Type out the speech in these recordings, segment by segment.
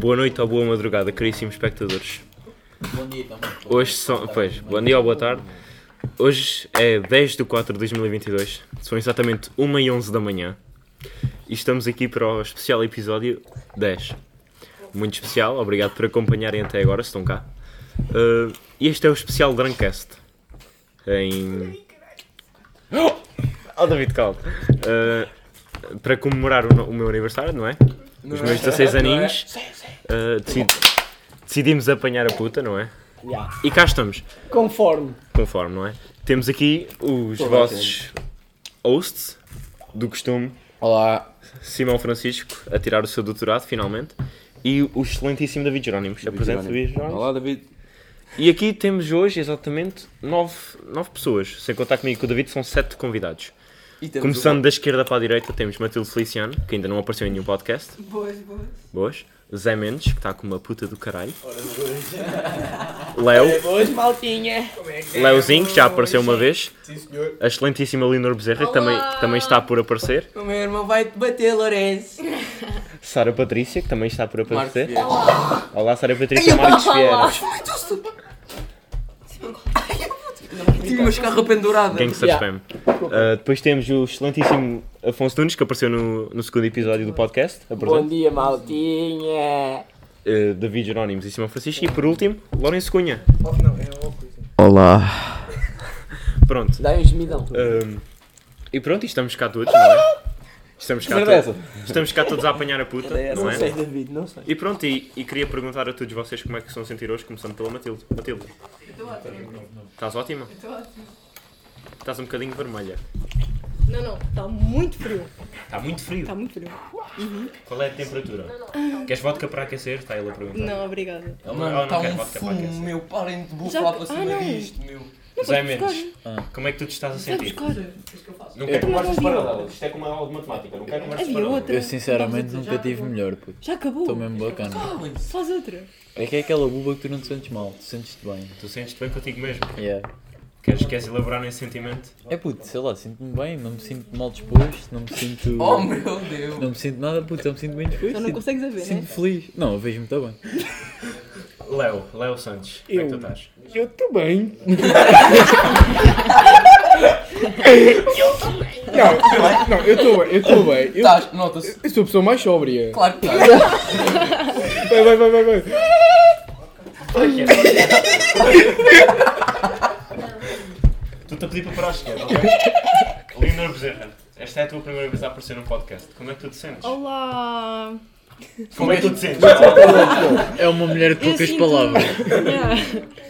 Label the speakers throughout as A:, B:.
A: Boa noite ou boa madrugada, caríssimos espectadores.
B: Bom dia também.
A: Hoje são. Pois, bom dia ou boa tarde. Hoje é 10 de 4 de 2022, são exatamente 1 e 11 da manhã e estamos aqui para o especial episódio 10. Muito especial, obrigado por acompanharem até agora, se estão cá. Uh, este é o especial Drunkcast. Em. Oh, David, calma. Uh, para comemorar o, no- o meu aniversário, não é? Os meus 16
C: é?
A: aninhos. uh, decidi- decidimos apanhar a puta, não é?
C: Yeah.
A: E cá estamos,
C: Conforme.
A: conforme, não é? Temos aqui os vossos hosts do costume,
B: Olá.
A: Simão Francisco, a tirar o seu doutorado finalmente, e o excelentíssimo David Jerónimos. Apresente David Jerónimos.
B: Olá, David.
A: E aqui temos hoje exatamente 9, pessoas, sem contar comigo e com o David, são 7 convidados.
B: E temos
A: Começando da esquerda para a direita, temos Matilde Feliciano, que ainda não apareceu em nenhum podcast.
D: Boas, boas.
A: Boas. Zé Mendes, que está com uma puta do caralho.
B: É
A: Léo.
C: Hoje, maltinha.
A: Leozinho, que já apareceu uma vez.
B: Sim, senhor.
A: A excelentíssima Leonor Bezerra, que também, também está por aparecer.
C: O meu irmão vai te bater, Lourenço.
A: Sara Patrícia, que também está por aparecer.
B: Vieira.
A: Olá, Sara Patrícia Marques Vieira.
C: Tinha uma escarra pendurada.
A: Gangster
C: Yeah.
A: Spam. Ah, depois temos o excelentíssimo Afonso Nunes, que apareceu no, no segundo episódio do podcast.
C: Bom
A: Apresente.
C: dia, maltinha.
A: Ah, David Jerónimos e Simão Francisco. E por último, Lourenço Cunha.
B: é Olá.
A: Pronto.
C: Dá-me um gemidão.
A: Ahm, e pronto, e estamos cá todos, não é? Estamos cá,
B: Certeza.
A: todos, estamos cá todos a apanhar a puta, não
C: é Não sei,
A: é?
C: David, não sei.
A: E pronto, e, e queria perguntar a todos vocês como é que se estão a sentir hoje, começando pela Matilde. Matilde,
D: Estou ótimo.
A: estás ótima?
D: Estou ótimo.
A: Estás um bocadinho vermelha.
D: Não, não. Está muito frio.
A: Está Tá muito frio.
D: Está muito frio.
A: Qual é a temperatura? Queres vodka para aquecer? Está ele a perguntar.
D: Não, obrigada.
A: Ele
E: Mano,
A: ela
E: está
A: quer
E: um
A: vodka para
E: fumo,
A: aquecer.
E: meu. Parem de
D: Já-
E: bufar para
D: Ah,
E: cima
D: não.
E: disto, meu.
A: Zé Mendes, como é que tu te estás a
D: Vai
A: sentir?
D: buscar.
A: Não quero
D: Mas
A: conversas
D: havia
A: paralelas. Isto é como aula de matemática. Não quero conversas
D: Havia
A: paralelas.
D: outra.
F: Eu sinceramente
D: Vamos
F: nunca
D: outra.
F: tive melhor, puto.
D: Já acabou.
F: Estou mesmo
D: Tá
F: bacana.
D: Faz outra.
F: É que é aquela buba que tu não te sentes mal, tu sentes-te bem.
A: Tu sentes-te bem contigo mesmo?
F: Yeah.
A: Queres, queres elaborar nesse sentimento?
F: É puto, sei lá, sinto-me bem, não me sinto mal disposto, não me sinto.
E: Oh, meu Deus.
F: Não me sinto nada, puto, eu me sinto bem disposto.
D: Já não
F: sinto-
D: consegues a ver,
F: Sinto
D: né?
F: feliz. Não, eu vejo-me tão bem.
A: Léo, Léo Santos, como é que tu estás?
F: Eu estou bem.
G: Não, eu estou bem, eu estou bem. Eu,
E: Estás, nota-se.
G: eu sou a pessoa mais sóbria.
E: Claro que estás.
G: Vai, vai, vai, vai, vai.
A: Tu te a pedir para parar a esquerda, ok? Leonor Bezerra, esta é a tua primeira vez a aparecer num podcast. Como é que tu te sentes?
D: Oh. Olá.
A: Como é que tu te sentes?
F: É uma mulher de
D: Eu
F: poucas
D: sinto-
F: palavras.
D: Yeah.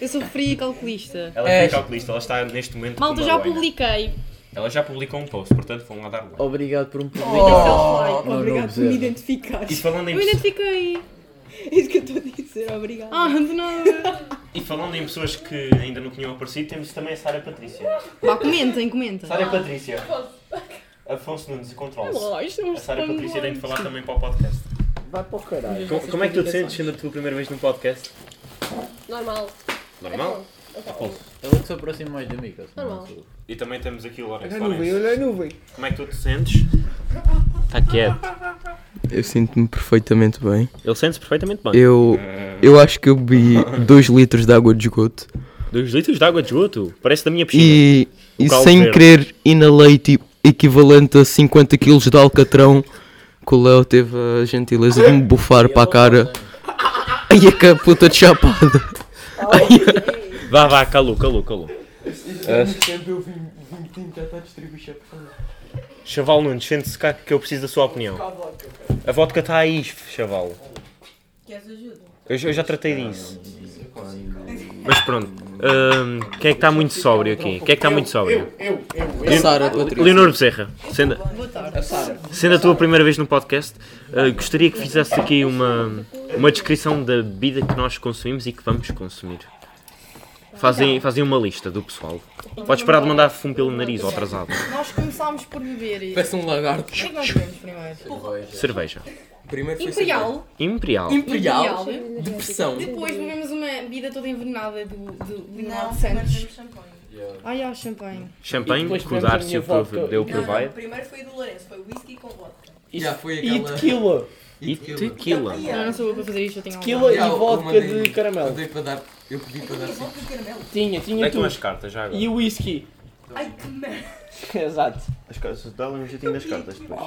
D: Eu sou fria e calculista.
A: Ela é calculista, ela está neste momento.
D: Malta,
A: com
D: já
A: barulho.
D: publiquei.
A: Ela já publicou um post, portanto vão lá dar like.
F: Obrigado por um público.
D: Self-like.
F: não,
D: Obrigado por
F: zero. é
D: me identificares.
A: E falando, em,
D: Eu identifiquei. É isso que eu estou a dizer. Obrigada. Ah, de nada.
A: e falando em pessoas que ainda não tinham aparecido, temos também a Sara Patrícia.
D: Vá, comentem, comentem.
A: Sara Patrícia. Afonso Nunes e Control-se.
D: Oh, isto não
A: A Sara
D: responde
A: Patrícia tem de
D: antes.
A: falar também para o podcast.
C: Vai para o caralho.
A: Como, é que tu te sentes sendo a tua primeira vez num podcast?
H: Normal.
D: É
A: Normal.
F: Ela que se aproxima mais de mim, que eu sou
H: Normal.
F: mais-
A: E também temos aqui o Lourenço.
G: Olha a nuvem,
A: Lourenço,
G: olha a nuvem.
A: como é que tu te sentes? Está Tá quieto.
E: Eu sinto-me perfeitamente bem.
A: Ele sente-se perfeitamente bem.
E: Eu, eu acho que eu bebi 2 litros de água de esgoto.
A: Dois litros de água de esgoto? Parece da minha piscina.
E: E, e
A: caldo
E: sem
A: verde.
E: querer inalei tipo, equivalente a 50 quilos de alcatrão que o Léo teve a gentileza de me bufar para a cara. Ai, é que a puta de chapada.
A: Vá, vá, calou, calou, calou.
G: Sempre eu vim, vim tentar a distribuir chapéu.
A: Chaval Nunes, sente-se cá que eu preciso da sua opinião. A vodka está aí, chaval.
D: Queres ajuda?
A: Eu, já- eu já tratei disso. Mas pronto. hum, quem é que está muito sóbrio aqui? Quem é que está muito sóbrio?
E: A Sara, Patrícia.
A: Leonor Bezerra, sendo,
D: Boa tarde.
A: sendo a tua primeira vez no podcast, uh, gostaria que fizesse aqui uma, uma descrição da bebida que nós consumimos e que vamos consumir. Fazem, fazem uma lista do pessoal. Podes parar de mandar fumo pelo nariz ou atrasado.
D: Nós começámos por beber. e-
E: Parece um lagarto.
D: O que é que nós bebemos primeiro?
A: Cerveja.
F: é
E: Primeiro
D: Imperial.
A: Imperial.
E: Imperial. Depressão.
D: Depois bebemos uma bebida toda envenenada do, do, do Ronaldo Santos. Ai, ah, champanhe.
A: Champanhe,
G: depois
A: que o
G: bebemos a
A: Darcy
G: minha vodka.
A: deu
G: Não,
A: provide.
D: primeiro foi do Lourenço, foi whisky com vodka.
E: Já foi
G: E tequila.
A: E tequila. é
D: Eu não sou boa para fazer isto, eu tenho
C: Tequila
D: alguma.
C: e
E: eu
C: vodka
E: mandei-
C: de caramelo.
E: Eu dei para dar. Eu pedi para dar cinco.
C: Tinha, tinha
A: Dei-te
C: tudo.
A: umas cartas já agora.
C: E o whisky.
G: Ai que merda.
C: Exato.
A: As cartas, dá-lhe um jeitinho das cartas depois.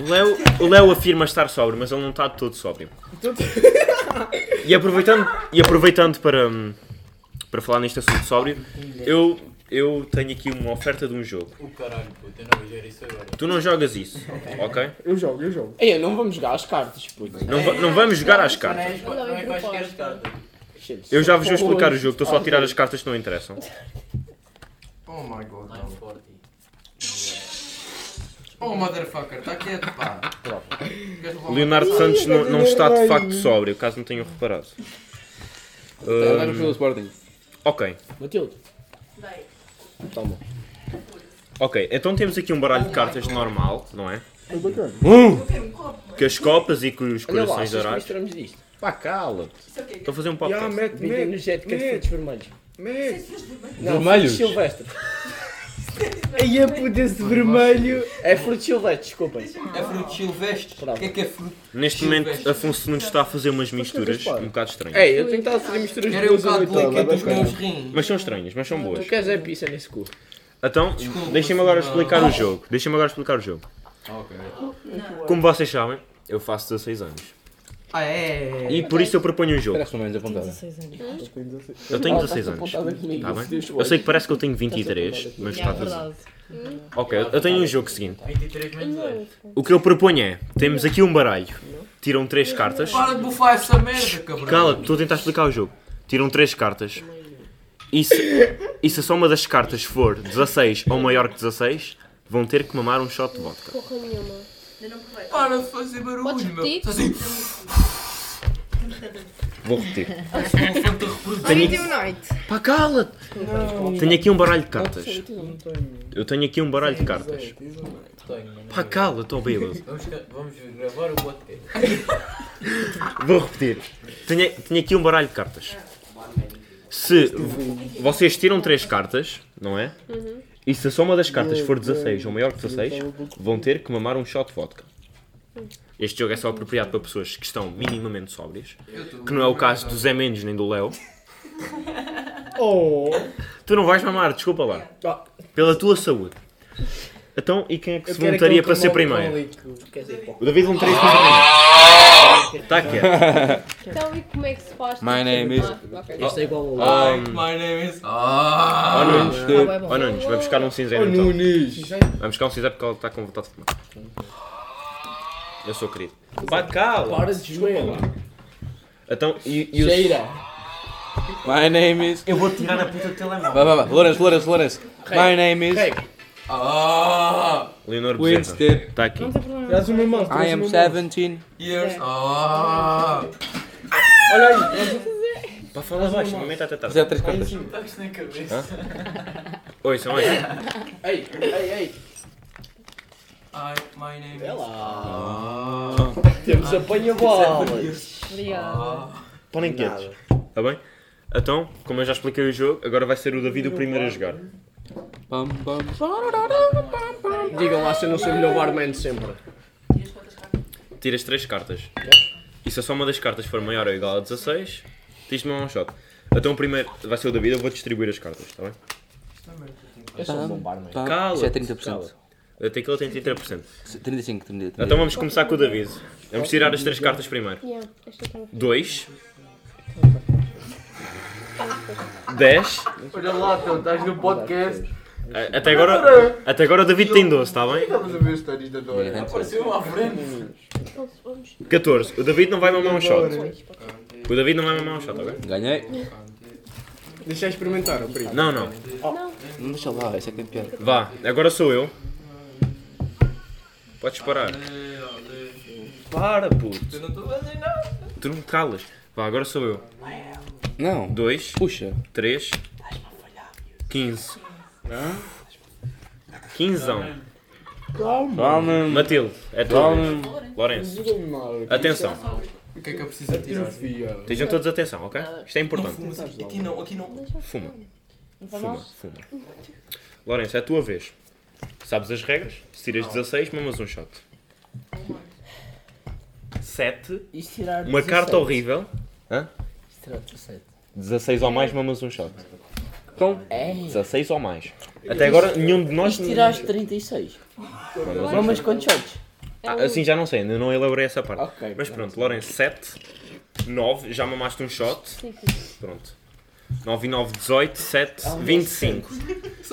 A: O Léo, o Léo afirma estar sóbrio, mas ele não está de todo sóbrio. E aproveitando, e aproveitando para, hum, para falar neste assunto sóbrio, eu, eu tenho aqui uma oferta de um jogo.
I: O caralho, puto, eu não vou ver isso agora.
A: Tu não jogas isso, ok?
B: Eu jogo, eu jogo.
C: Ei, É, não vamos jogar as cartas, puto.
A: Não, va- não vamos jogar às cartas.
D: Não, não, é proposta.
C: Shit.
A: Eu já vos vou explicar o jogo, estou só a tirar as cartas que não interessam.
E: Oh my god.
I: Não importa.
E: Oh motherfucker, está quieto, pá. Queres levar uma-
A: Leonardo Santos não, não está de facto sóbrio, caso não tenham reparado.
B: Agora
A: Hum,
B: no Sporting.
A: ok,
C: Matilde.
G: Dai.
C: Toma.
A: ok. Então temos aqui um baralho de cartas normal, não é?
B: É bacana.
G: Vou querer um copo.
A: Com as copas e com os
C: Olha lá,
A: corações
C: achas que
A: dourados.
C: misturamos disto?
A: Pá, cala-te.
G: Isso é o quê?
A: Estou a fazer um podcast.
C: Bebida energética é de frutos vermelhos. Não,
I: Vermelhos?
C: frutos silvestres. Aí é puta-se vermelho. É frutos silvestres, desculpem.
E: É fruto silvestre? O que é que é fruto?
A: Neste momento, Afonso Nunes está a fazer umas misturas um bocado estranhas.
C: Ei, eu tenho estado a fazer misturas
E: Quero um bocado de
C: Tu
E: líquido dos meus rins.
A: Mas são estranhas, mas são boas.
C: queres é pizza nesse cu.
A: Então, deixem-me agora explicar o jogo. Deixem-me agora explicar o jogo. Como vocês sabem, eu faço 16 anos.
E: Ah, é?
A: E por isso eu proponho um jogo.
B: Parece uma menos apontada.
D: 16 anos.
A: Eu tenho 16 anos. Está bem? Eu sei que parece que eu tenho 23, mas
D: Yeah,
A: está
D: é
A: tudo.
D: verdade.
A: Ok,
E: É
A: eu tenho um jogo seguinte.
I: 23 menos 10.
A: O que eu proponho é: temos aqui um baralho, tiram 3 cartas.
E: Para de bufar essa merda, cabrão.
A: Cala, estou a tentar explicar o jogo. Tiram 3 cartas. E se, e se a soma das cartas for 16 ou maior que 16, vão ter que mamar um shot de vodka.
G: Ainda não provei.
E: Para de fazer barulho, meu. Estás assim.
A: Vou repetir.
D: Orientei Night.
A: Pá, cala Tenho aqui um baralho de cartas. Eu tenho aqui um baralho de cartas.
I: Tenho, mano.
A: Pá, cala, estou bêbado.
I: Vamos, ca- vamos gravar o podcast.
A: Vou repetir. Tenho, tenho aqui um baralho de cartas. Se v- vocês tiram 3 cartas, não é? E se a soma das cartas for 16 ou maior que 16, vão ter que mamar um shot de vodka. Este jogo é só apropriado para pessoas que estão minimamente sóbrias, que não é o caso do Zé Mendes nem do Léo.
C: Oh.
A: Tu não vais mamar, desculpa lá.
C: Ah.
A: Pela tua saúde. Então, e quem é que
C: Eu
A: se
C: quero
A: voluntaria
C: aquele
A: para ser
C: com mel
A: primeiro?
C: alcoólico. Quer dizer, pô.
A: O David voluntaria para ser primeiro. Está Tá quieto.
J: Então, e como é que se faz?
B: My name is-
J: Ah, ok.
C: Este é igual ao
E: Hi, my name is. Ah!
A: Oh, Nunes.
D: Ah, bem bom.
A: Oh, Nunes, vai buscar um cinzeiro então. Vamos buscar um cinzeiro porque ela está com vontade de fumar. Eu sou querido. Pá, cala.
C: Para de joelho.
A: Então, e, e os...
C: Cheira.
B: My name is.
A: Eu vou tirar a puta do telemóvel.
B: Vai, vai, vai. Lourenço, Lourenço, Lourenço. My name is.
C: Rei.
E: Ah!
A: Leonor Bezerra.
B: Winston.
A: Está aqui.
D: Não tem problema.
C: Traz
K: um-
C: uma mão.
B: I am 17.
E: Years. Ah!
A: Para falar baixo, tá no momento até tarde.
B: Zé, é três cartas.
I: Estás na cabeça.
A: Oi, são estes.
C: Ei, ei, ei.
E: Hi, my name is.
C: Vê lá.
E: Ah!
C: Temos apanha-bolas.
K: Ah.
D: Obrigada.
A: Podem quietos. Está bem? Então, como eu já expliquei o jogo, agora vai ser o David o primeiro a jogar.
B: Pam, pam.
C: Digam lá se eu não sou o melhor barman de sempre.
A: Tiras 3 cartas. E se a soma das cartas for maior ou igual a 16, tens de tomar um shot. Então o primeiro vai ser o David, eu vou distribuir as cartas, está bem?
C: Eu sou um bom barman.
B: Pam.
A: Cala!
B: Isso é 30%.
A: Até que ele tem 30%.
B: 35, 30.
A: Então vamos começar com o David. Vamos tirar as 3 cartas primeiro.
J: Yeah, esta tá-
A: 2 10
E: Olha lá, então, estás no podcast.
A: Até agora, até agora o David tem 12, está bem?
E: Estamos a ver histórias da Dora.
I: Apareceu à frente.
J: então, vamos-
A: 14. O David não vai mamar um shot. O David não vai mamar um shot, ok?
B: Ganhei.
C: Deixa eu
E: um
C: experimentar, o primo.
A: Não, não.
B: Não deixa lá, isso é campeão.
A: Vá, agora sou eu. Podes parar. Para, puto.
E: Eu não estou a fazer nada.
A: Tu não me calas. Vá, agora sou eu.
B: Não.
A: 2,
B: Puxa.
A: 3, 15. 15.
B: Calma.
A: Matilde, é tu. Lourenço, atenção.
E: O que é que eu preciso tirar?
A: Estejam todos atenção, ok? Isto é importante.
E: Aqui não, aqui não.
A: Fuma. Fuma, fuma. Lourenço, é a tua vez. Sabes as regras? Se tiras 16, mamas um shot. 7.
C: Isto é tirar
A: Uma
C: 17.
A: carta horrível.
C: Isto tirar 17.
A: 16 ou mais, mamas um shot. Então,
C: É.
A: 16 ou mais. Até agora, nenhum de nós.
C: Isto tiraste 36. Mamas quantos shots?
A: Ah, assim já não sei, ainda não elaborei essa parte.
C: um- Ok.
A: Mas pronto, Lourenço, 7, 9, já mamaste um shot. Pronto. 9 e 9, 18,
C: É
A: 7,
C: um
A: 25.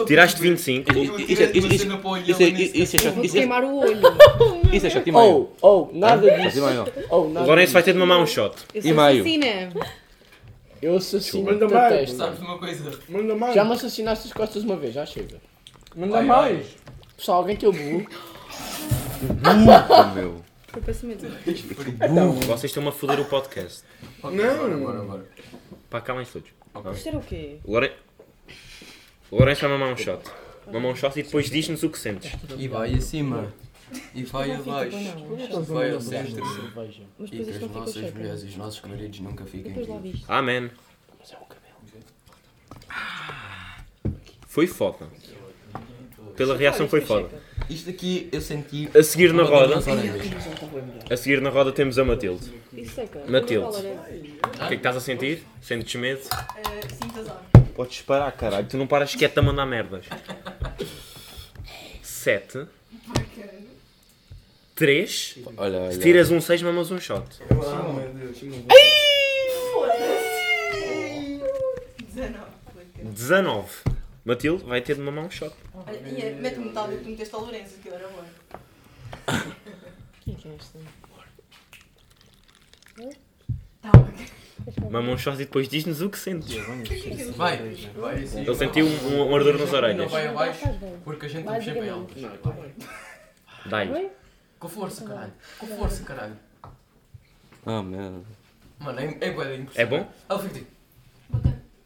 A: Tiraste 25.
K: Isso é- isso- isso- isso é- isso é shot-
D: Vou-te
K: isso é-
D: queimar o olho.
K: isso é shot e meio.
C: Oh, oh, nada disso.
K: Shot e meio.
C: Oh,
A: O
C: nada
A: Lourenço vai ter de mamar um shot.
D: Eu sou
K: E meio.
D: assassina.
C: disso. Eu assassino
J: é Manda
C: te
J: mais.
C: detesto.
J: Sabes uma coisa? Manda mais.
C: Já me assassinaste as costas uma vez, já chega.
J: Manda mais.
C: Só alguém que eu burro.
K: Oh, meu.
D: Foi para cima de mim.
A: Vocês estão-me a foder o podcast.
J: Não.
A: Pá, calem-se todos.
D: Isto era o quê?
A: O Louren- o Lourenço vai mamar um shot. Mama um shot e depois diz-nos o que sentes.
E: E vai acima. E vai
D: Não fica
E: abaixo.
D: bom, não.
E: Vai ao centro.
C: Veja.
D: Mas
E: E
D: depois
E: que
D: isto
E: as
D: não
E: nossas
D: fica
E: mulheres e
D: cheio.
E: os nossos maridos nunca fiquem
D: Depois lá
E: quietos.
D: viste.
A: Amém. Foi foda. Pela reação foi foda.
E: Isto aqui eu senti.
A: A seguir na
E: uma dor
A: roda,
E: nas orelhas.
A: a seguir na roda temos a Matilde.
D: Isso é que
A: Matilde. O que é que estás a sentir? Sentes medo?
G: Eh, Sinto azar.
A: Podes parar, caralho. Tu não paras quieto a mandar merdas. 7, 3.
K: Olha, olha.
A: Se tiras um 6, mamas um shot.
J: Ah, meu Deus.
G: 19. foi que-
A: 19. Matilde vai ter de mamar um shot.
G: Olha, e é- Mete-me metade do que tu meteste ao Lourenço, que eu era bom.
D: Quem é que é esta?
G: Tá, ok.
A: Mama um shot e depois diz-nos o que sentes.
G: é
E: Vai. Vai acima.
A: Ele sentiu um, um ardor nas
E: Não
A: orelhas.
E: vai abaixo
L: Estás bem.
E: porque a gente não puxa bem alto.
A: Dai-lhe.
E: Com força, caralho. Com força, caralho.
K: Ah, merda.
E: Mano, é, é bué de
A: É bom?
E: Ela fica tipo,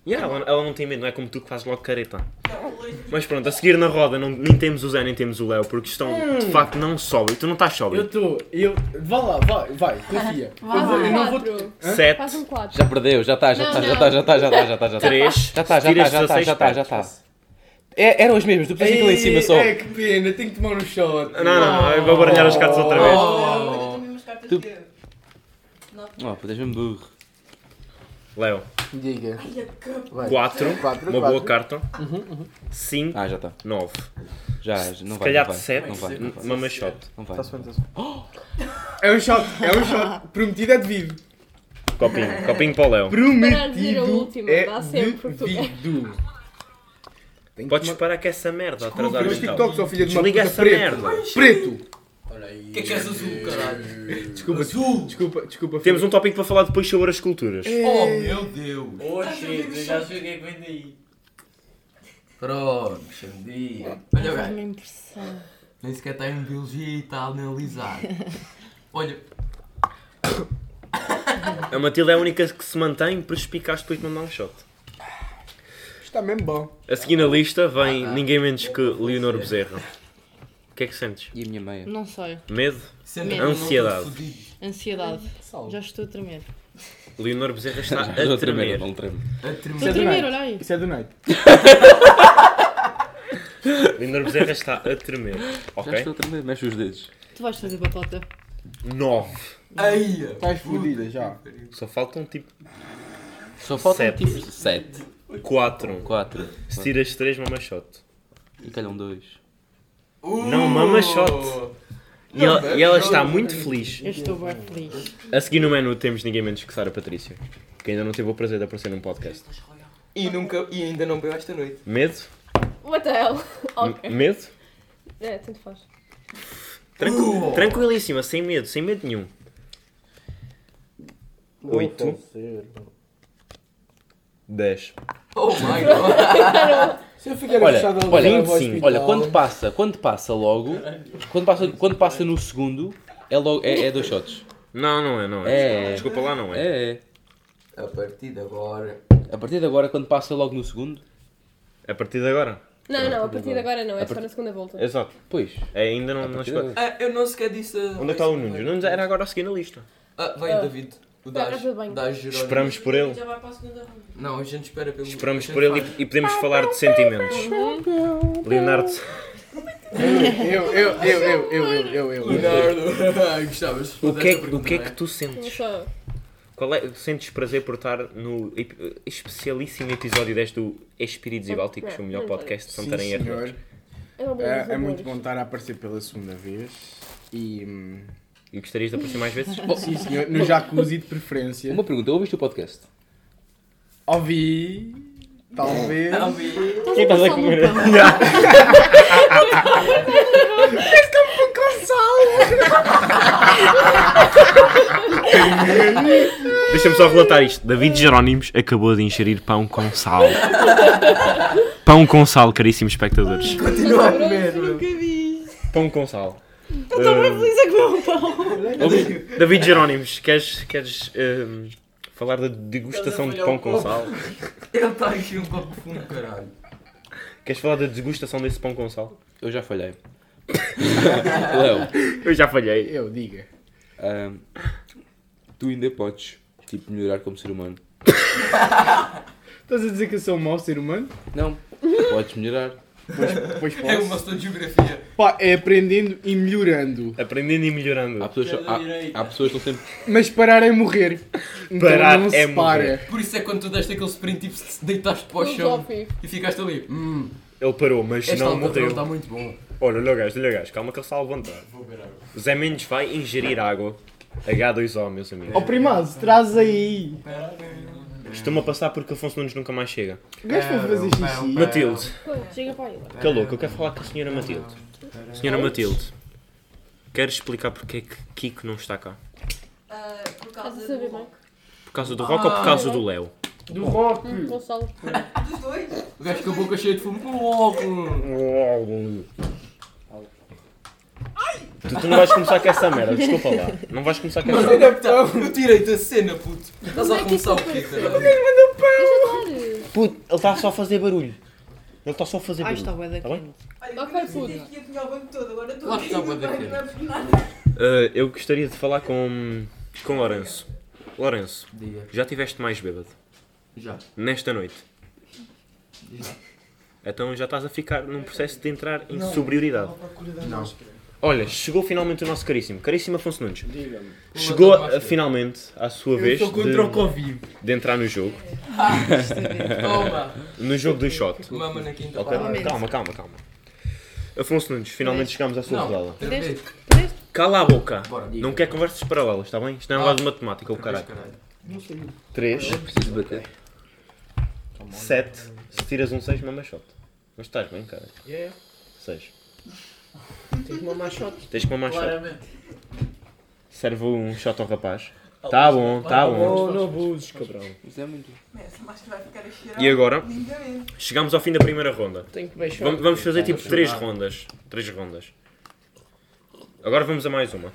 A: Yeah, ela, ela não tem medo, não é como tu que fazes logo careta.
G: Não, o Lourenço.
A: Mas pronto, a seguir na roda não, nem temos o Zé nem temos o Léo porque estão de facto não sóbrio. Tu não estás
C: Hum. Eu
A: sóbrio.
C: estou, eu. Vá lá, vai, vai, confia.
L: Faz um
C: não vou-
L: 4. Faz
A: 7,
L: um 4.
K: Já perdeu, já está, já
L: Não,
K: está, já
L: não.
K: está, já está, já está, já está, já está.
A: 3,
K: Já está, já está, já está, já está, já está. É, eram os mesmos, tu precisas ir lá em cima só.
J: É, que pena. Tenho que tomar um shot.
K: tá.
A: Não, não, eu vou baralhar as cartas outra vez.
G: Eu
E: Oh.
G: tenho as mesmas cartas que eu.
K: Oh, putas mesmo burro.
A: Léo,
C: Diga.
G: Ai, a capa.
C: Vai.
A: 4,
C: Quatro,
A: uma boa
C: quatro. Uhum,
A: carta. 5,
K: Ah, já está.
A: 9.
K: Já, já, não
A: Se
K: vai.
A: calhar
K: não
A: de
K: vai,
A: 7,
K: Não vai, não vai.
A: mama shot.
K: Não vai.
J: É um shot, é um shot. Prometido é devido.
A: Copinho, copinho para o Léo.
L: Parar de dizer a
J: Prometido
L: última,
J: é
L: dá sempre o que tu
J: devido. Tem que
A: Podes
J: tomar-
A: parar que é essa merda
J: Desculpa,
A: atrasar
J: os TikToks, ó filha de uma
A: Desliga
J: puta,
A: essa
J: preto.
A: merda.
J: Preto.
E: olha aí. O que é que és azul, caralho?
J: Desculpa, desculpa, desculpa.
A: Temos
J: filha.
A: um tópico para falar depois sobre as esculturas.
E: Oh meu Deus!
M: Oxi, já sei o que é que vem daí.
E: Pronto, xandi. Olha o gajo.
D: Faz-me impressão.
E: Nem sequer está em biologia e está a analisar. Olha,
A: A Matilde é a única que se mantém perspicaz depois de mandar um shot. um
J: Está mesmo bom.
A: A seguir na lista
K: Ah,
A: vem ninguém menos que Leonor Bezerra. O que é que sentes?
K: E a minha meia?
D: Não sei.
A: Medo?
E: sendo
A: É Ansiedade.
D: Ansiedade. Já estou a tremer.
A: Leonor Bezerra está a
K: Mas outra merda,
A: tremer.
K: não tremo.
E: A
D: Estou a
E: tremer.
D: tremer, olha aí.
J: Isso é do night.
A: Leonor Bezerra está a tremer.
K: Já estou
A: Ok?
K: a tremer, mexe os dedos.
D: Tu vais fazer batota.
A: 9.
E: Aia!
J: Estás fodida já.
A: Só faltam tipo
K: Só
A: faltam
K: faltam
A: Sete.
K: tipo 7,
A: 4.
K: 4.
A: Se tiras 3, mama shot.
K: E calham 2.
A: Não mama shot. E ela, e ela está muito feliz.
K: é
D: Eu estou bem feliz.
A: A seguir no menu temos ninguém menos que Sara Patrício. Que ainda não teve o prazer de aparecer num podcast.
J: E nunca, e ainda não bebeu esta noite.
A: Medo?
L: What the hell?
A: M-
L: Ok.
A: Medo?
L: É, tanto faz.
A: Tranqu- Tranquilíssima, sem medo, sem medo nenhum. Oito. 10.
E: Oh my god!
J: Se eu ficar
K: Olha,
J: fechado ali
K: olha,
J: agora, vou ao
A: 25,
K: Olha,
J: hospital.
K: quando passa, quando passa logo, quando passa, quando passa no segundo, é logo, é, é dois shots.
A: Não, não é, não é.
K: É.
A: Desculpa lá, não é.
K: É, é.
E: A partir de agora.
K: A partir de agora, quando passa logo no segundo, É.
A: A partir de agora?
L: Não, não, a partir de agora não, é só
K: partir-
L: na segunda volta.
A: Exato.
K: pois.
A: É, ainda não, não
K: partir
A: chegou.
K: de
E: Ah, eu não sequer disse. ah,
A: Onde é que está o Nunes? O Nunes era agora a seguir na lista.
E: Ah, vai o David. O
L: Vai à
E: Daz.
L: casa de banho.
E: Daz Jerónimo.
A: Esperamos por ele.
G: Já vai para a segunda ronda.
E: Não, a gente espera pelo.
A: Esperamos
E: a gente
A: por ele
E: faz.
A: e, e podemos falar de sentimentos. Leonardo.
J: Eu, eu, eu, eu, eu, eu, eu, eu.
E: Leonardo, gostavas?
A: O que, é, que- o que é que tu
D: Não
A: sentes?
D: sou.
A: Qual é, tu sentes prazer por estar no ep- especialíssimo episódio deste do Espíritos e Bálticos, o melhor podcast de
J: Sim,
A: Santarém
J: senhor.
A: Ernesto.
D: Eu não vou dizer
J: É, é muito
D: amores.
J: bom estar a aparecer pela segunda vez. E. hum,
A: E gostarias de aparecer mais vezes?
J: Sim, senhor. No jacuzzi de preferência.
K: Uma pergunta, ouviste o podcast?
J: Ouvi. Talvez.
A: Quem estás a comer? Deixa-me só relatar isto. David Jerónimos acabou de ingerir pão com sal. Pão com sal, caríssimos espectadores.
E: Continua a comer,
D: Nunca vi.
A: Pão com sal.
E: Tá
D: Feliz é que não, pão.
A: Ouve, David Jerónimos, queres, queres ehm, falar da degustação de pão
E: um
A: com sal?
E: Ele está aqui um copo fundo, caralho.
A: Queres falar da degustação desse pão com sal?
K: Eu já falhei. Léo,
A: Eu já falhei.
J: Eu, diga.
K: ahm, tu ainda podes tipo, melhorar como ser humano.
J: Estás a dizer que eu sou um mau ser humano?
K: Não, podes melhorar.
J: Pois posso.
E: É uma só de geografia.
J: Pá, é aprendendo e melhorando.
A: Aprendendo e melhorando.
K: Há pessoas, há, há pessoas que estão sempre.
J: Mas parar é morrer. Então
A: Parar
J: não se
A: é
J: para.
A: morrer.
E: Por isso é quando tu deste aquele sprint tipo se deitaste para o
D: Não sou
E: chão
D: fico.
E: e ficaste ali. Hum,
A: Ele parou, mas
E: esta
A: não
E: altura não
A: morreu.
E: está muito bom.
A: Olha, olha o gajo, olha o gajo, calma que ele está a levantar. Zé Mendes vai ingerir água. H2O, meus amigos.
J: Ó primado, traz aí.
A: Estou-me a passar porque Afonso Nunes nunca mais chega.
J: O gajo foi fazer xixi.
A: Matilde,
D: Chega para aí. lá.
A: que louco, eu quero falar com a senhora Matilde. Senhora Matilde, queres explicar porque é que Kiko não está cá?
G: Ah, por
D: Estás a
G: causa
D: saber
G: do
D: bem?
G: rock.
A: Por causa do Rock ou por causa do Léo?
J: Do rock.
D: Hum, Gonçalo.
G: Dos dois?
E: O gajo com a boca cheia de fumo. Logo!
A: Tu, tu não vais começar com essa merda, desculpa lá. Não vais começar com
E: Mas
A: essa
D: é
E: ainda tá, eu tirei-te a cena, puto. Estás
D: Como
E: a
D: é que
E: começar o
D: isso
E: quê,
D: aconteceu?
E: caralho?
D: Deixa
A: Puto, ele está só a fazer barulho. Ele está só a fazer
N: Ai,
A: barulho.
N: está bué da
A: Tá bem?
N: quente.
G: Olha,
D: Ok,
G: eu
D: puto.
G: disse que ia apanhar o banco todo, agora estou
E: Lá
G: aqui
E: está o
G: no
E: banco
G: banco,
E: aqui.
G: não é por nada.
A: Ah, eu gostaria de falar com. com Lourenço. Lourenço,
E: Diga.
A: já tiveste mais bêbado?
E: Já.
A: Nesta noite? Então já estás a ficar num processo de entrar em sobrioridade.
J: Não.
A: Olha, chegou finalmente o nosso caríssimo, caríssimo Afonso Nunes.
J: Diga-me.
A: Chegou
E: Levanta a
A: ah,
E: máscara.
A: finalmente à sua vez
E: estou contra o
A: de,
E: Covid.
A: de entrar no jogo,
E: Toma!
A: no jogo do shot.
E: Mama na quinta
A: Ok,
E: parte.
A: Calma, calma, calma. Afonso Nunes, finalmente
E: é.
A: chegamos à sua rodada.
E: outra vez.
A: Cala a boca!
E: Bora, diga.
A: Não quer conversas paralelas, está bem? Isto não é um
E: Ah.
A: lado de matemática, o caralho. 3,
K: Preciso bater.
A: 7, se tiras um 6, mama shot. Mas estás bem, cara?
J: Yeah.
A: 6.
J: Tem que mamar shot.
A: Tens que mamar shot.
E: Claramente.
A: Serve um shot ao rapaz. Tá bom, tá bom.
J: não abuses, cabrão.
K: Isso é muito.
G: Essa máscara vai ficar a cheirar
A: E agora,
G: lindamente.
A: chegamos ao fim da primeira ronda.
J: Tenho que beijar.
A: Vamos, vamos fazer tipo 3 rondas. 3 rondas. Agora vamos a mais uma.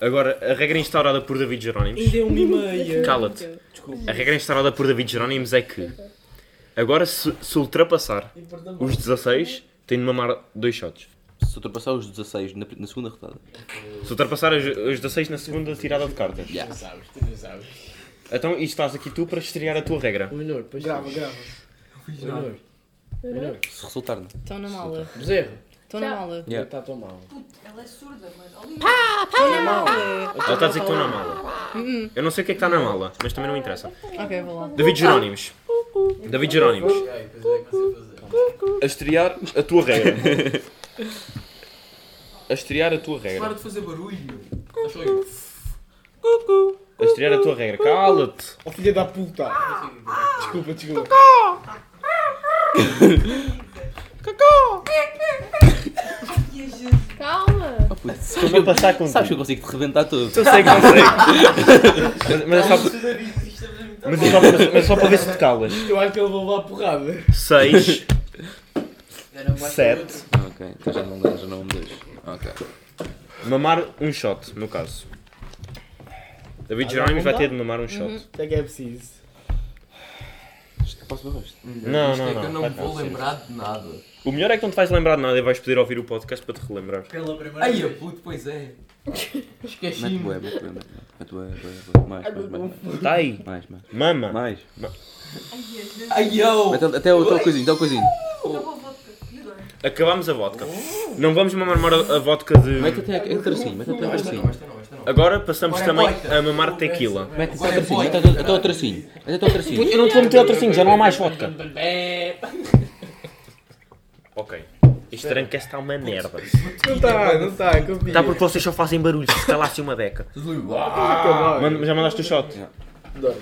A: Agora, a regra instaurada por David Jerónimos.
C: Ainda é uma e meia.
A: Cala-te. A regra instaurada por David Jerónimos é que agora se, se ultrapassar os 16, tem de mamar dois shots.
K: Se ultrapassar os 16 na, na segunda rodada.
A: Se ultrapassar os, os 16 na segunda tirada de cartas.
K: Yeah.
C: Sabes, tu não sabes.
A: Então, e estás aqui tu para estrear a tua regra.
C: Leonor, pois
J: Grava, grava.
C: Leonor,
K: Se resultar, não.
N: Estão na mala.
C: tá. Bezerra,
N: Estão na mala.
K: Yeah.
C: está tão mal.
G: Puto, ela é surda, mas olha.
A: Ela está a dizer que estão na mala.
C: Uhum.
A: Eu não sei o que é que está na mala, mas também não interessa.
N: Ok, vou lá.
A: David Jerónimos. David Jerónimos.
E: é,
A: A estrear a tua regra. A estrear a tua
E: Para
A: regra.
E: de fazer barulho. Acho eu.
A: A estrear a tua regra. Cala-te.
J: Ó filha da puta. Desculpa, desculpa.
G: E a Jesus.
D: Calma.
A: Estou-me a passar contigo.
K: Sabes que eu consigo te reventar todo.
A: Eu sei que não sei. Mas, mas é só, mas é só, mas é só para ver se te calas.
C: Eu acho que ele vai levar porrada.
A: 6, 7,
K: Ah, ok, então já não dá, já não me dois. Ok.
A: mamar um shot, no caso. David Jerónimos vai ter de mamar um shot.
J: O que é que é preciso?
K: Posso ver o resto?
A: Não,
E: Isto é
A: não,
E: que
A: não.
E: eu não
A: vai
E: me vou
A: acontecer.
E: lembrar de nada.
A: O melhor é que não te vais lembrar de nada e vais poder ouvir o podcast para te relembrar.
E: Ai, a puto, pois é.
O: é
K: Mete
E: Esqueci-me.
K: bué, mete bué, mete bué, mete bué, bué, bué. Mais, mais, mais,
A: Está Tá aí,
K: mais, mais, mais,
A: mama.
K: mais.
G: Ai, a Jesus.
E: Ai, eu.
K: Até, até o, até o coisinho, até o coisinho.
G: Acabou a vodka. E agora?
A: Acabámos a vodka.
E: Oh.
A: Não vamos mamar a vodka de.
K: Mete até a a tracinho, mete até a tracinho.
E: Esta não, esta não.
A: Agora passamos
E: é Agora é
A: também
E: boita.
A: a mamar tequila.
K: Mete até ao tracinho, mete até- até ao tracinho. Mete até ao tracinho.
C: Eu não te vou meter outro assim, já não há mais vodka.
A: Ok. Este tranquece está uma merda.
C: Não
K: tá,
C: está, não
K: é
C: está, confia.
A: Está porque vocês só fazem barulho, se calasse uma beca.
K: Ah, é.
A: Manda- já mandaste o shot?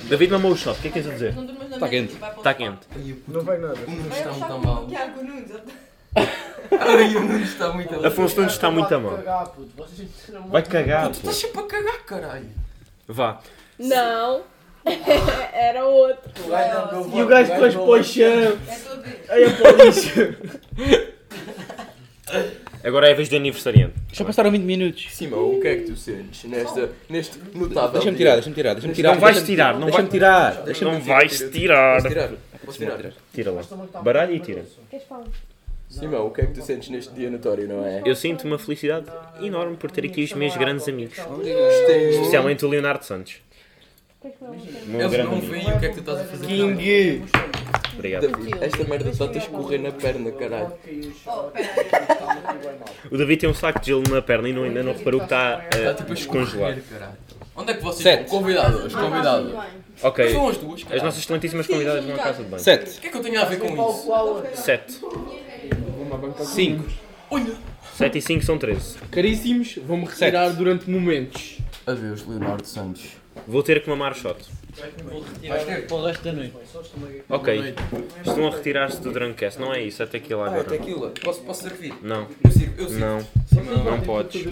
A: David mamou o shot, o que é que tens a dizer?
G: Não durmas na
K: Tá
G: mesa,
K: quente.
G: vai para o
A: Está
G: sofá.
A: quente.
C: Não vai nada.
E: O Nunes
G: Vai
E: está
G: ao chá
E: muito
G: com
E: mal.
G: o Tiago Nunes. ele tá-
E: Ai, o Nunes está
O: É
E: muito mal.
A: Afonso Nunes está muito a mão. Vai cagar,
E: Estás sempre a cagar, caralho.
A: Vá.
D: Não. Era outro.
C: E o gajo depois põe chão.
G: É a tua vez.
C: Aí é para o lixo.
A: Agora é a vez do aniversariante.
K: Já passaram 20 minutos.
O: Simão, o que é que tu sentes nesta, neste notável
K: Deixa-me
O: dia?
K: tirar, deixa-me tirar, deixa-me tirar.
A: Não vais
K: deixa-me-
A: tirar, não
K: Deixa-me
A: vai-
K: tirar, deixa-me
A: Não vais tirar.
K: Posso tirar.
O: Posso tirar?
A: Tira lá. Baralha e tira.
D: Queres pão?
O: Simão, o que é que tu sentes neste dia notório, não é?
A: Eu sinto uma felicidade enorme por ter aqui os meus grandes amigos.
O: Gostei.
A: Especialmente o Leonardo Santos.
D: Queres comer alguma coisa?
A: O Meu
E: Eles
A: é um grande
E: não
A: amigo.
E: veem o que é que tu estás a fazer.
C: King.
A: Obrigado.
O: David, esta merda está a te escorrer na perna, caralho.
G: Oh, pera
A: O David tem um saco de gelo na perna e não- ainda não reparou que está eh,
E: Está
A: a
E: tipo a
A: descongelar.
E: escorrer, caralho. Onde é que vocês
K: Sete.
E: estão? Convidados, convidados.
A: Ok.
E: São as duas,
A: As
E: caralho.
A: nossas excelentíssimas convidadas vão à casa de banho.
K: 7,
E: O que é que eu tenho a ver com isso?
A: Sete.
K: 5,
E: Olha.
A: Sete e cinco são 13.
C: Caríssimos, vou-me retirar durante momentos.
E: Adeus, Leonardo Santos.
A: Vou ter que mamar o shot.
F: Vais ter para o resto da noite.
A: Ok. Estão a retirar-se do Drunkcast. Não é isso, é tequila
E: Ah, é
A: agora.
E: tequila. Posso, posso servir?
A: Não,
E: Eu sirvo, eu sirvo.
A: não, não podes.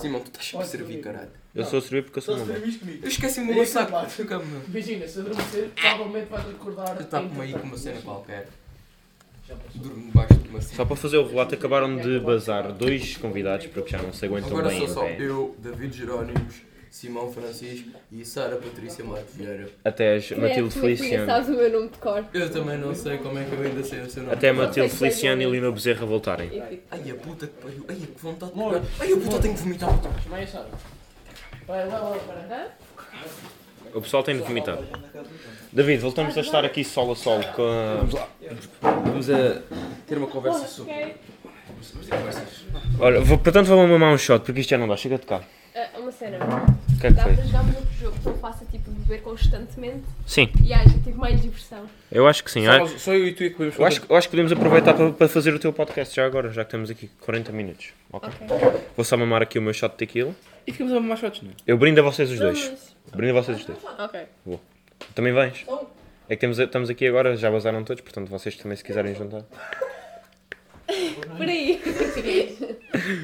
E: Simão, tu estás sempre a servir, caralho.
A: Eu sou a servir porque eu sou mamãe.
E: Eu esqueci-me do meu saco. Fica-me.
C: Imagina, se adormecer, provavelmente vais acordar.
E: Eu estava aí tá com uma cena qualquer. Durmo debaixo de uma cena.
A: Só para fazer o relato, acabaram de bazar dois convidados porque já não se aguentam
E: Agora
A: bem
E: sou
A: em
E: só
A: pé.
E: eu, David Jerónimos, Simão Francisco e Sara Patrícia Marques Vieira.
A: Até as Matilde
D: Credo, como é que ninguém
A: Feliciano.
D: Sabes o meu nome de cor.
E: Eu também não sei como é que eu ainda sei o seu nome.
A: Até a Matilde Feliciano e Lino Bezerra voltarem.
D: Enfim.
E: Ai a puta que pariu. Ai a que vontade de pegar. Ai a puta tenho que vomitar.
A: O pessoal tem de vomitar. David, voltamos a estar aqui solo a solo com a...
K: vamos a ter uma conversa sobre.
D: Ok.
A: Olha, vou, portanto vou mamar um shot porque isto já não dá. Chega de cá.
D: Ah, Uma cena.
A: O que é que
D: Dá
A: foi?
D: para jogarmos outro jogo que eu faça tipo beber constantemente
A: Sim,
D: e haja tipo mais diversão.
A: eu acho que sim. Eu-
K: Só, só eu e tu é que podemos
A: Eu acho, eu acho que podemos aproveitar para, para fazer o teu podcast já agora, já que temos aqui 40 minutos. Ok. Vou só mamar aqui o meu shot de tequila.
K: E ficamos a mamar shots, não é?
A: Eu brindo a vocês os dois.
D: Vamos.
A: Brindo a vocês os dois.
D: Ok.
A: Também vens? É que temos, estamos aqui agora, já vazaram todos, portanto vocês também se quiserem juntar.
D: Por aí.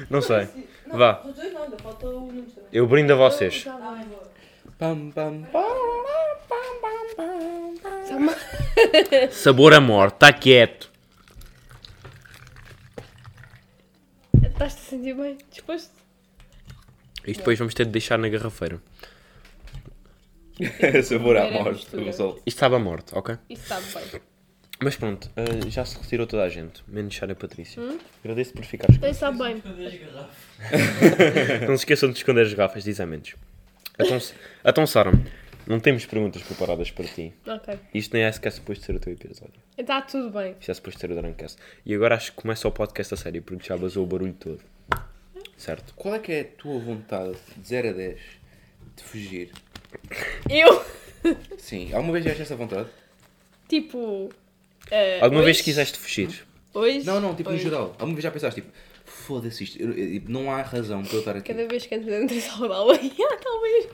A: Não sei. Vá,
G: Os dois não, ainda falta o Nunes também.
A: eu brindo a vocês.
G: Tá bem, boa.
K: Pam, pam,
A: Sabor amor, está quieto.
D: Estás-te a sentir bem? Disposto?
A: Isto depois vamos ter de deixar na garrafeira.
K: pam. Sabor à
D: Era
K: morte,
D: mistura.
K: Gonçalo.
A: Isto estava morto, ok?
D: Isso sabe bem.
A: Mas pronto, eh, já se retirou toda a gente, menos Sara e Patrícia.
G: Hum?
A: Agradeço por ficares
D: Então isso sabe bem.
A: Não se esqueçam de esconder as garrafas, diz a menos. Então, então Sara, não temos perguntas preparadas para ti.
D: Ok.
A: Isto nem é sequer suposto ser o teu episódio.
D: Está tudo bem.
A: Isto é suposto ser o Drunkcast. E agora acho que começa o podcast a sério, porque já basou o barulho todo. Certo?
K: Qual é que é a tua vontade de 0 a 10 de fugir?
D: Eu,
K: Sim, alguma vez já tiveste essa vontade?
D: tipo.
J: É,
D: eh,
A: Alguma vez
D: hoje-
A: quiseste fugir?
D: Hoje?
K: Não, não, tipo no
D: hoje.
K: geral. Alguma vez já pensaste, tipo, foda-se isto, eu- eu- tipo, não há razão para eu estar aqui.
D: Cada vez que entro dentro da sala de aula, ah, talvez.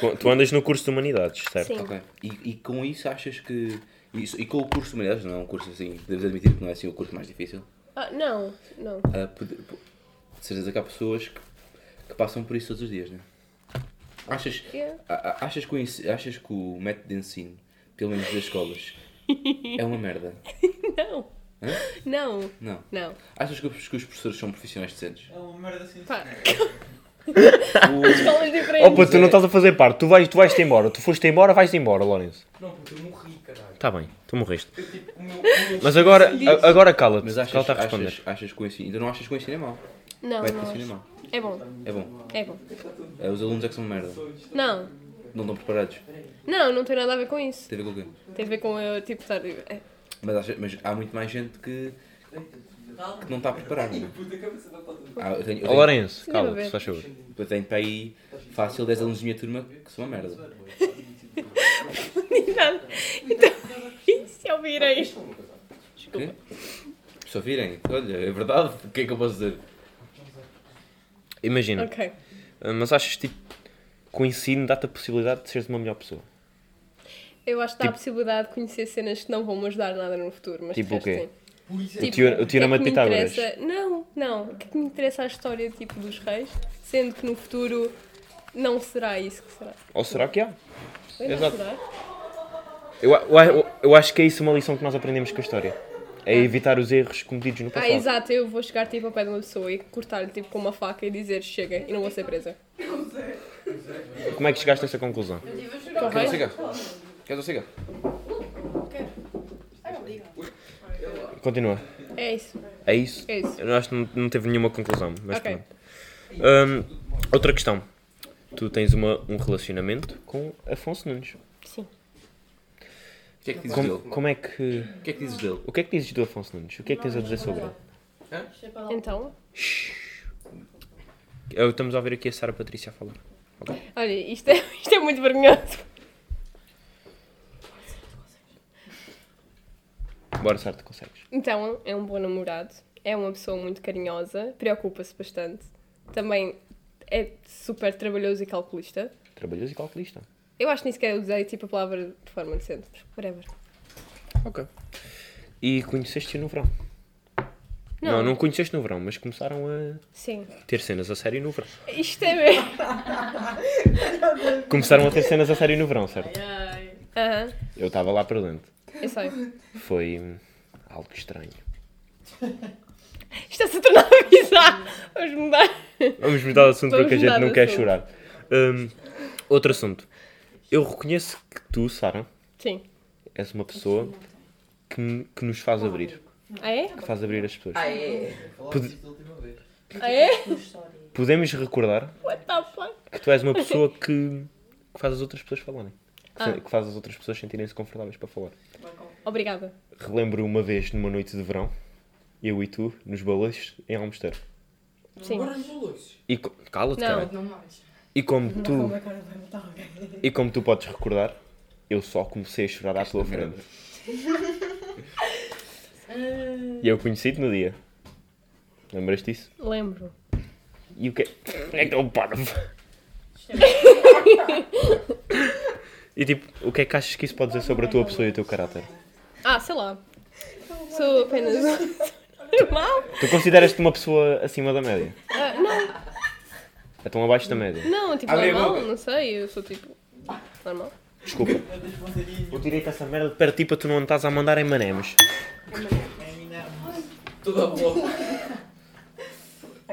A: Tu, tu andas no curso de Humanidades, certo?
D: Sim.
K: Ok. E, e com isso achas que. Isso, e com o curso de humanidades, não é um curso assim, deves admitir que não é assim o curso mais difícil.
D: Ah, não, não.
K: ah, pode- po- de certeza que há pessoas que, que passam por isso todos os dias, né? Achas,
D: É.
K: a- a- achas, que o, ens- achas que o método de ensino, pelo menos das escolas, é uma merda?
D: Não. Não,
K: Não.
D: não.
K: Achas que os, que os professores são profissionais decentes?
E: É assim
D: Pá,
K: O-
D: escolas diferentes.
A: Opa, Oh, tu não estás a fazer parte, tu vais-te vais embora, tu foste embora, vais-te embora, Lourenço.
E: Não, porque eu morri, caralho.
A: Está bem, tu morreste.
E: Eu tipo, o meu. o meu-
A: Mas agora, a- agora cala-te,
K: mas
A: cala-te
K: achas,
A: a responder.
K: achas, achas que o ensino. Então não achas que o ensino é mau?
D: Não,
K: o método de
D: não.
K: ensino é mau.
D: É bom,
K: É bom.
D: é bom.
K: É, os alunos é que são merda.
D: Não,
K: Não estão preparados.
D: não, não tem nada a ver com isso.
K: Tem a ver com o quê?
D: Tem a ver com eu, tipo, estar. é,
K: Mas, acha- mas há muito mais gente que.
B: que não está preparado. não é?
E: Puta, a cabeça da foto.
B: Ah, eu tenho, eu
A: Ó,
B: tenho,
A: Oh, Lourenço,
J: Sim,
A: cala-te,
J: bebê.
A: se faz favor.
B: eu tenho para aí fácil 10 alunos da minha turma que são uma merda.
J: Nada. Então, isso eu virei.
B: Desculpa. Só virem, olha, é verdade, o que é que eu posso dizer?
A: Imagina,
J: Ok.
A: ah, mas achas tipo que o ensino dá-te a possibilidade de seres uma melhor pessoa?
J: Eu acho que dá a
A: Tipo-
J: possibilidade de conhecer cenas que não vão me ajudar nada no futuro, mas de
A: Tipo o
J: resto,
A: quê?
J: sim.
E: é
J: é
A: o teo- o teorema de
J: que me
A: Pitágoras.
J: interessa- Não, não. O que é que me interessa a história tipo, dos reis, sendo que no futuro não será isso que será.
A: Ou será que há?
J: Bem, não
A: Exato.
J: será?
A: Eu, a- eu a- eu, eu acho que é isso uma lição que nós aprendemos com a história. É evitar os erros cometidos no
J: Ah,
A: passado.
J: exato. Eu vou chegar tipo, ao pé de uma pessoa e cortar-lhe tipo, com uma faca e dizer chega e não vou ser presa.
A: Como é que chegaste a essa conclusão?
B: Queres um cigarro? Queres um cigarro?
J: Uh,
A: Continua.
J: É isso.
A: É isso?
J: É isso.
A: Eu acho que não, não teve nenhuma conclusão, mas
J: Ok.
A: pronto. Hum, outra questão. Tu tens uma, um relacionamento com Afonso Nunes.
J: Sim.
B: O que é que dizes
A: Como,
B: dele?
A: como é que.
B: O que é que dizes dele?
A: O que é que dizes do Afonso Nunes? O que é que tens a dizer sobre ele?
J: Então,
A: Eu, estamos a ouvir aqui a Sara Patrícia a falar.
J: olha, isto é, isto é muito vergonhoso.
A: Bora, Sara, tu consegues.
J: Então, é um bom namorado, é uma pessoa muito carinhosa, preocupa-se bastante, também é super trabalhoso e calculista.
A: Trabalhoso e calculista.
J: Eu acho que nem sequer usei tipo, a palavra de forma decente, mas whatever.
A: Ok. E conheceste-o no verão? Não. não, conheceste no verão, mas começaram a
J: Sim.
A: ter cenas a sério no verão.
J: Isto é mesmo.
A: Começaram a ter cenas a sério no verão, certo?
J: Aham,
A: Eu estava lá para dentro.
J: eu sei.
A: Foi hum, algo estranho.
J: Isto está-se a tornar bizarro. Vamos mudar.
A: Vamos mudar de assunto
J: Vamos
A: porque a gente
J: mudar de
A: não quer
J: assunto.
A: chorar. Hum, outro assunto. Eu reconheço que tu, Sara,
J: Sim.
A: és uma pessoa que, n- que nos faz abrir.
J: Ah é?
A: Que faz abrir as pessoas.
E: Falámos isso da última vez.
J: Ah é?
A: Podemos recordar
J: What the fuck?
A: que tu és uma pessoa que, que faz as outras pessoas falarem. Que, se-
J: Ah.
A: que faz as outras pessoas sentirem-se confortáveis para falar.
J: Obrigada.
A: Relembro uma vez, numa noite de verão, eu e tu, nos balões em Almester.
J: Sim.
A: E co- Cala-te,
J: Não.
A: cara.
D: Não mais.
A: E como tu,
D: Como é que ela vai
J: tá
D: matar alguém?
A: e como tu podes recordar, eu só comecei a chorar à tua frente. E eu conheci-te no dia. Lembras disso?
J: Lembro.
A: E o que é é que é um parvo? e tipo, o que é que achas que isso pode dizer sobre a tua pessoa e o teu caráter?
J: Ah, sei lá. Sou apenas. normal?
A: Tu consideras-te uma pessoa acima da média?
J: Ah, não.
A: Então abaixo da média?
J: Não, tipo,
B: Abre a
J: normal,
B: boca.
J: não sei, eu sou tipo. Normal.
A: Desculpa. Eu tirei-te essa merda de perto de ti para tu não estás a mandar em manemes.
E: Toda a bola.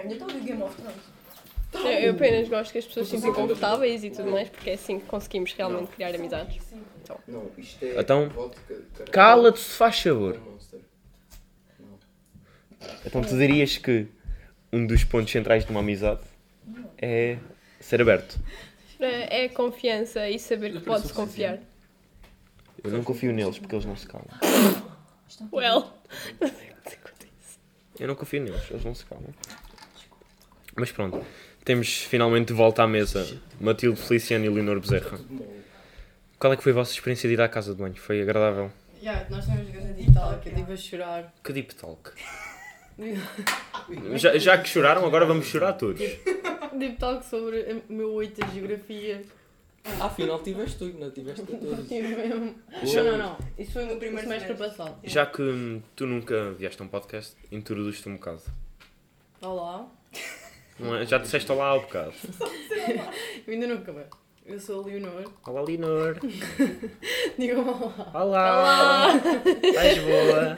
D: Eu estou a ver Game of Thrones.
J: Eu, eu apenas gosto que as pessoas se sintam confortáveis e tudo mais, porque é assim que conseguimos realmente criar amizades.
K: Não, isto é.
A: Então,
K: vodka de caramelo.
A: Cala-te se faz favor.
K: É um Monster.
A: Então tu dirias que um dos pontos centrais de uma amizade é ser aberto.
J: É é confiança e saber que pode-se confiar.
A: Eu não confio neles porque eles não se calam.
J: Well.
A: Eu não confio neles, eles não se calam. Mas pronto, temos finalmente de volta à mesa Matilde Feliciano e Leonor Bezerra. Qual é que foi a vossa experiência de ir à casa de banho? Foi agradável?
D: Yeah, nós temos que fazer tal, que eu estive a chorar.
A: Que deep talk. Já, já que choraram, agora vamos chorar todos.
D: Deep talk sobre o meu 8 de geografia.
E: Afinal, tiveste tu, não tiveste todos.
D: Tive mesmo.
A: Já-
D: Não, não, não. Isso foi o primeiro
G: primeiro
D: semestre
G: semestre.
D: passado.
A: Já que hum, tu nunca vieste a um podcast, introduz-te um bocado.
D: Olá.
A: Não é? Já disseste olá ao bocado.
D: Eu ainda não acabei. Eu sou a Leonor.
A: Olá, Leonor.
D: Digam olá.
A: Olá. Estás boa?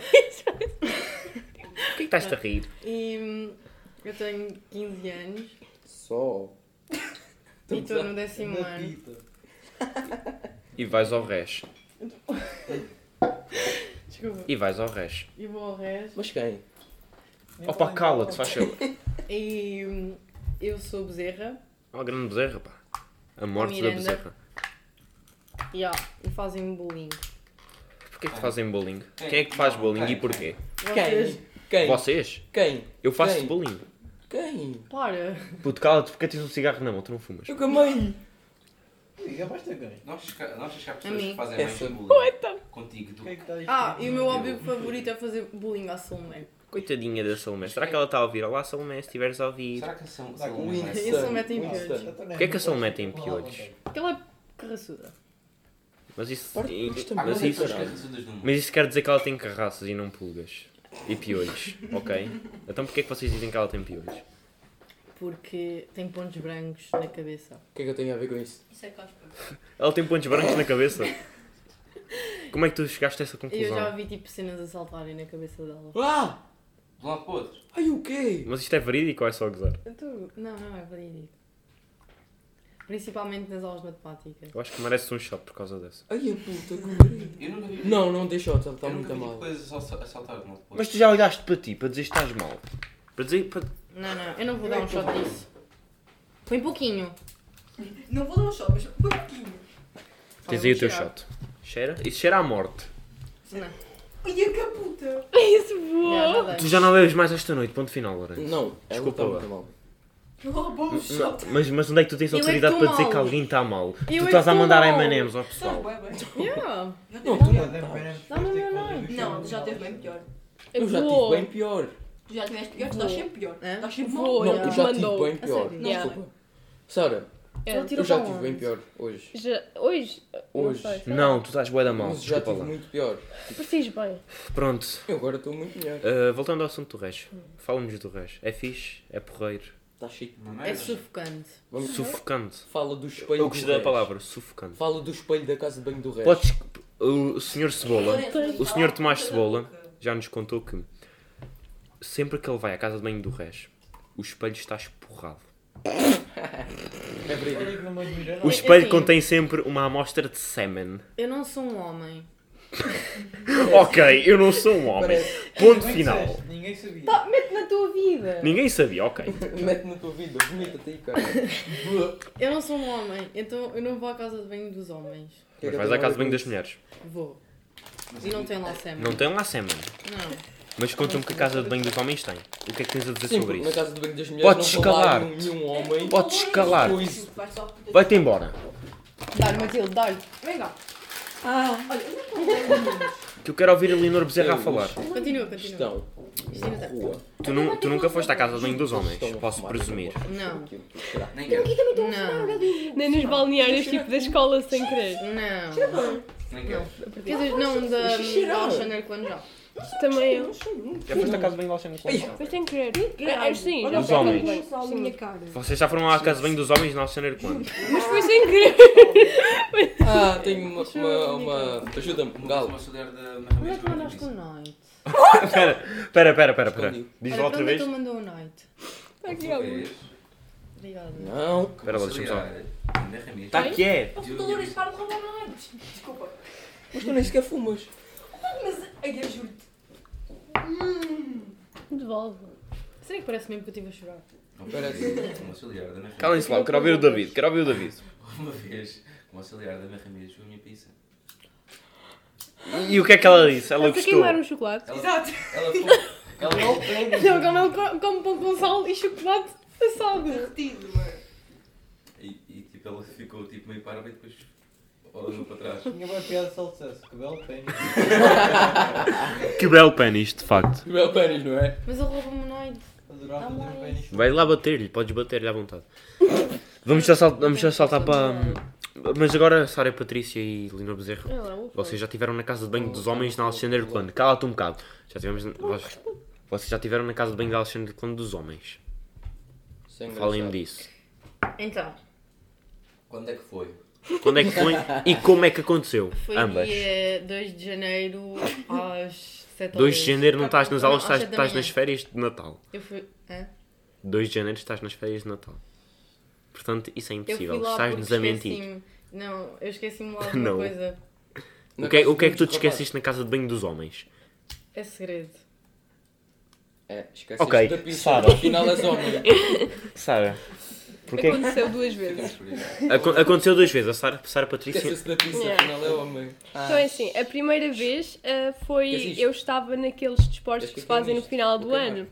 A: Por que estás-te a rir?
D: E hum, eu tenho 15 anos
K: Só.
D: e estou no décimo
E: Na
D: ano.
E: pita.
A: E vais ao res.
D: Desculpa.
A: E vais ao res.
D: E vou ao resto.
E: Mas quem?
A: Opa, cala-te, faz favor.
D: E hum, eu sou Bezerra.
A: Ó, grande bezerra, pá. A morte da
D: Miranda.
A: bezerra.
D: Yeah, e fazem bullying.
A: Porquê que fazem bowling? Quem é que faz bowling e porquê?
D: Vocês,
E: Quem?
A: Vocês?
E: Quem?
A: Eu faço
E: Quem?
A: bullying.
E: Quem?
D: Para.
A: Puto, cala-te porque tens um cigarro na mão, tu não fumas.
E: Eu camei.
C: É
P: Não achas que não achas que há
D: A
P: pessoas
D: mim.
P: que fazem
K: É.
P: mais
E: Essa-
P: bullying contigo do que
D: Ah, e o meu óbvio favorito é fazer bullying à Salomé.
A: Coitadinha da Salomé. Será que ela está a ouvir? Olá, Salomé, se estiveres a ouvir.
P: Será que a Sal-
A: Será
P: Salomé vai
D: E a Salomé tem piolhos.
A: Porquê é que a Salomé tem piolhos?
D: Porque ela é carraçuda.
A: Mas isso.
D: Porcos
A: e-
D: também.
A: Mas
D: Há
A: isso,
D: quantas carraçudas
P: no mundo?
A: mas isso quer dizer que ela tem carraças e não pulgas. E piolhos, ok? Então porquê é que vocês dizem que ela tem piolhos?
D: Porque tem pontos brancos na cabeça.
E: O que é que eu tenho a ver com isso?
G: Isso é cospa.
A: Ela tem pontos brancos na cabeça? Como é que tu chegaste a essa
D: E eu
A: conclusão?
D: já vi tipo cenas a saltarem na cabeça dela.
E: Ah!
P: De um lado para o outro.
E: Ai, o quê?
A: Mas isto é verídico ou é só gozar?
D: Tu- Não, não, é verídico. Principalmente nas aulas de matemática.
A: Eu acho que merece um shot por causa dessa.
E: Ai, a puta que
P: Eu nunca vi.
E: Não, não deixa, ele está
P: eu
E: muito
P: nunca vi
E: mal.
P: coisas a sal- a saltar de um lado para o outro.
A: Mas tu já olhaste para ti, para dizer que estás mal. Para dizer. Para...
D: Não, não, eu não vou dar um shot disso. Põe pouquinho.
G: Não vou dar um shot, mas um pouquinho.
A: Tens aí o teu
D: Cheira.
A: shot. Cheira? Isso cheira à morte.
G: Ai, a caputa!
J: É isso, boa!
D: Não,
A: Tu já não bebes mais esta noite, ponto final, Lourenço.
E: Não,
A: Desculpa,
E: ela
A: lá.
E: está muito mal.
G: Não,
J: É
E: Uh,
G: bom um
A: Não,
G: shot.
A: mas, mas onde é que tu tens
D: Eu é que
A: autoridade
D: tô
A: para dizer
D: mal.
A: que alguém está mal?
D: Eu é
A: tu
D: que
A: estás a
D: tô
A: mandar
D: mal.
A: M&M's ao
G: Estás
A: pessoal.
G: bué bem.
D: Yeah.
G: Não,
E: Não,
G: teve
E: tu
G: nada.
E: não estás.
D: Não, não, não, não.
G: Não, já teve bem pior.
E: Eu já tive
J: Vou.
E: bem pior.
G: Tu já tiveste pior, tu estás sempre pior.
D: Hã?
G: Estás sempre mal.
J: Vou,
E: Não,
J: já.
E: eu já tive
J: mandou.
E: bem pior.
D: sério?
E: Não,
J: Yeah.
E: Desculpa. Sara,
J: É.
D: Ele tirou
E: eu já
D: para
E: tive
D: onde?
E: bem pior hoje.
J: Já, hoje?
E: Hoje.
J: Não sei.
A: Não, tu estás bué da mal,
E: Mas já
A: desculpa
E: tive
A: lá.
E: muito pior.
J: Precisas bem.
A: Pronto,
E: Eu agora estou muito melhor.
A: uh, voltando ao assunto do Rejo. Fala-nos do Rejo. É fixe? É porreiro?
E: Está Tá chique.
D: É sufocante.
E: Vamos
A: Sufocante.
E: Fala do espelho
A: Eu
E: do
A: gostei da
E: Rex.
A: palavra, sufocante.
E: Fala do espelho da casa de banho do resto.
A: Podes... O senhor Cebola,
G: Tem.
A: o senhor Tomás Cebola, já nos contou que sempre que ele vai à casa de banho do Rejo, o espelho está esporrado.
E: É verdade.
A: O espelho
D: assim-
A: contém sempre uma amostra de sêmen.
D: Eu não sou um homem.
A: Ok, eu não sou um homem. Ponto final.
E: Ninguém sabia.
D: Pá, mete na tua vida!
A: Ninguém sabia, ok.
E: Mete na tua vida, vomita-te aí, cara.
D: Eu não sou um homem, então eu não vou à casa de banho dos homens.
A: Mas vais à casa bem das mulheres.
D: Vou. E não tem lá sêmen.
A: Não tem lá sêmen.
D: Não.
A: Mas conta-me que a casa de banho dos homens tem. O que é que tens a dizer
E: Sim,
A: sobre
E: na
A: isso?
E: casa de banho das mulheres
A: Podes
E: não vai lá
A: calar-te.
E: nenhum, nenhum homem.
A: Podes calar.
E: Pois.
G: Faz só puta.
A: Vai-te embora.
D: Dá-lhe, Matilde, dá-lhe. Vem cá.
A: Que eu quero ouvir a Leonor Bezerra a
E: Eles
A: falar.
D: Continua, continua.
E: Estão
D: Isto ainda
E: na
D: tá.
E: rua.
A: Tu, nu- tu nunca foste à casa de banho dos homens,
E: Estão a
A: posso
E: fumar
A: presumir.
E: aquilo.
D: Não.
E: Será?
P: Nem quero,
D: Então, Não.
J: Nem nos balneários, tipo da escola, sem querer.
D: Não.
P: nem quero.
D: Quer dizer, não, da Alexander quando já.
J: Também eu.
A: Já foste à casa de banho dos homens?
J: Mas sem querer. É, é sim, já
A: Os
J: sei.
A: homens.
G: Só a minha cara.
A: Vocês já foram à casa de banho dos homens na Alexander quando?
J: Mas foi sem querer.
E: Ah, tenho uma. uma, uma... Ajuda-me, um
P: Uma
E: galo.
P: estudar da
D: Onde é que
P: Marramês
D: mandaste o night?
A: Pera, pera, pera, pera. pera. Diz lá
D: Olha,
A: outra
D: para onde é
A: vez.
D: que ele mandou o night?
J: Aqui, ó.
D: Obrigada.
E: Não.
A: Espera lá, deixa-me só.
P: Marramês.
A: Tá que é?
G: Oh, Dolores, para de roubar a antes. Desculpa.
E: Mas tu nem sequer fumas.
G: Mas, ai, eu juro-te.
J: Devolve.
D: Será que parece mesmo que eu estive a chorar?
P: Parece. Um auxiliar da Marramês.
A: Calem-se lá, eu quero ouvir o David, quero ouvir o David.
P: Uma vez, um auxiliar da Marramês viu a minha pizza.
A: E e o que é que ela disse? Ela
J: Estás a
A: gostou.
J: queimar um chocolate?
P: Ela,
G: Exato.
P: Ela foi. Ela
J: Não, como ele co- come pão com sal e chocolate assado.
G: Retido, mano.
P: E, e tipo, ela ficou tipo meio parva e depois olhou para trás.
C: Tinha uma piada só de sucesso, que belo tem.
A: Que belo pênis, de facto.
E: O meu pênis, não é?
D: Mas ele roubou-me o night.
C: Adorava
D: Dá-me lá
C: fazer
D: isso.
C: pênis.
A: Vai lá bater-lhe, podes bater-lhe à vontade. Vamos já, sal- vamos já saltar para. Mas agora, Sara, Patrícia e Leonor Bezerra,
D: é
J: Olha lá, ufa.
A: vocês já tiveram na casa de banho dos homens na Alexandre de Conde. Cala-te um bocado. Já tivemos. vós- Vocês já tiveram na casa de banho da Alexandre de Conde dos homens.
E: Isso é engraçado.
A: Falem-me disso.
D: Então,
P: Quando é que foi?
A: Quando é que foi e como é que aconteceu?
D: foi
A: Ambas.
D: dia 2 de janeiro às 7
A: 2 de janeiro não estás nas aulas,
D: Não,
A: estás,
D: às sete da
A: estás
D: manhã.
A: nas férias de Natal.
D: Eu fui.
A: é
D: Hã?
A: 2 de janeiro estás nas férias de Natal. Portanto, isso é
D: Eu fui
A: impossível.
D: lá
A: Estás-nos
D: porque
A: a mentir.
D: esqueci-me- Não, eu esqueci-me lá de uma
A: Não.
D: coisa.
E: Na
A: O que, é,
E: casa
A: o que é que tu te
E: de banho dos rapazes.
A: esqueceste na casa de banho dos homens?
D: É segredo.
E: É, esqueceste
A: Ok,
E: da pizza.
A: Sara.
E: Afinal és homem.
A: Sara, Porque é que-
J: Aconteceu duas vezes.
A: Aco- aconteceu duas vezes, a Sara, Sara Patrícia.
K: Esquece-se da pizza,
J: Yeah.
K: afinal é homem.
J: Então é assim, a primeira vez ah, foi.
K: Assiste.
J: Eu estava naqueles desportos
K: Acho
J: que
K: que
J: se
K: eu tenho
J: fazem no
K: isto.
J: final do
K: Ok, vai.
J: ano.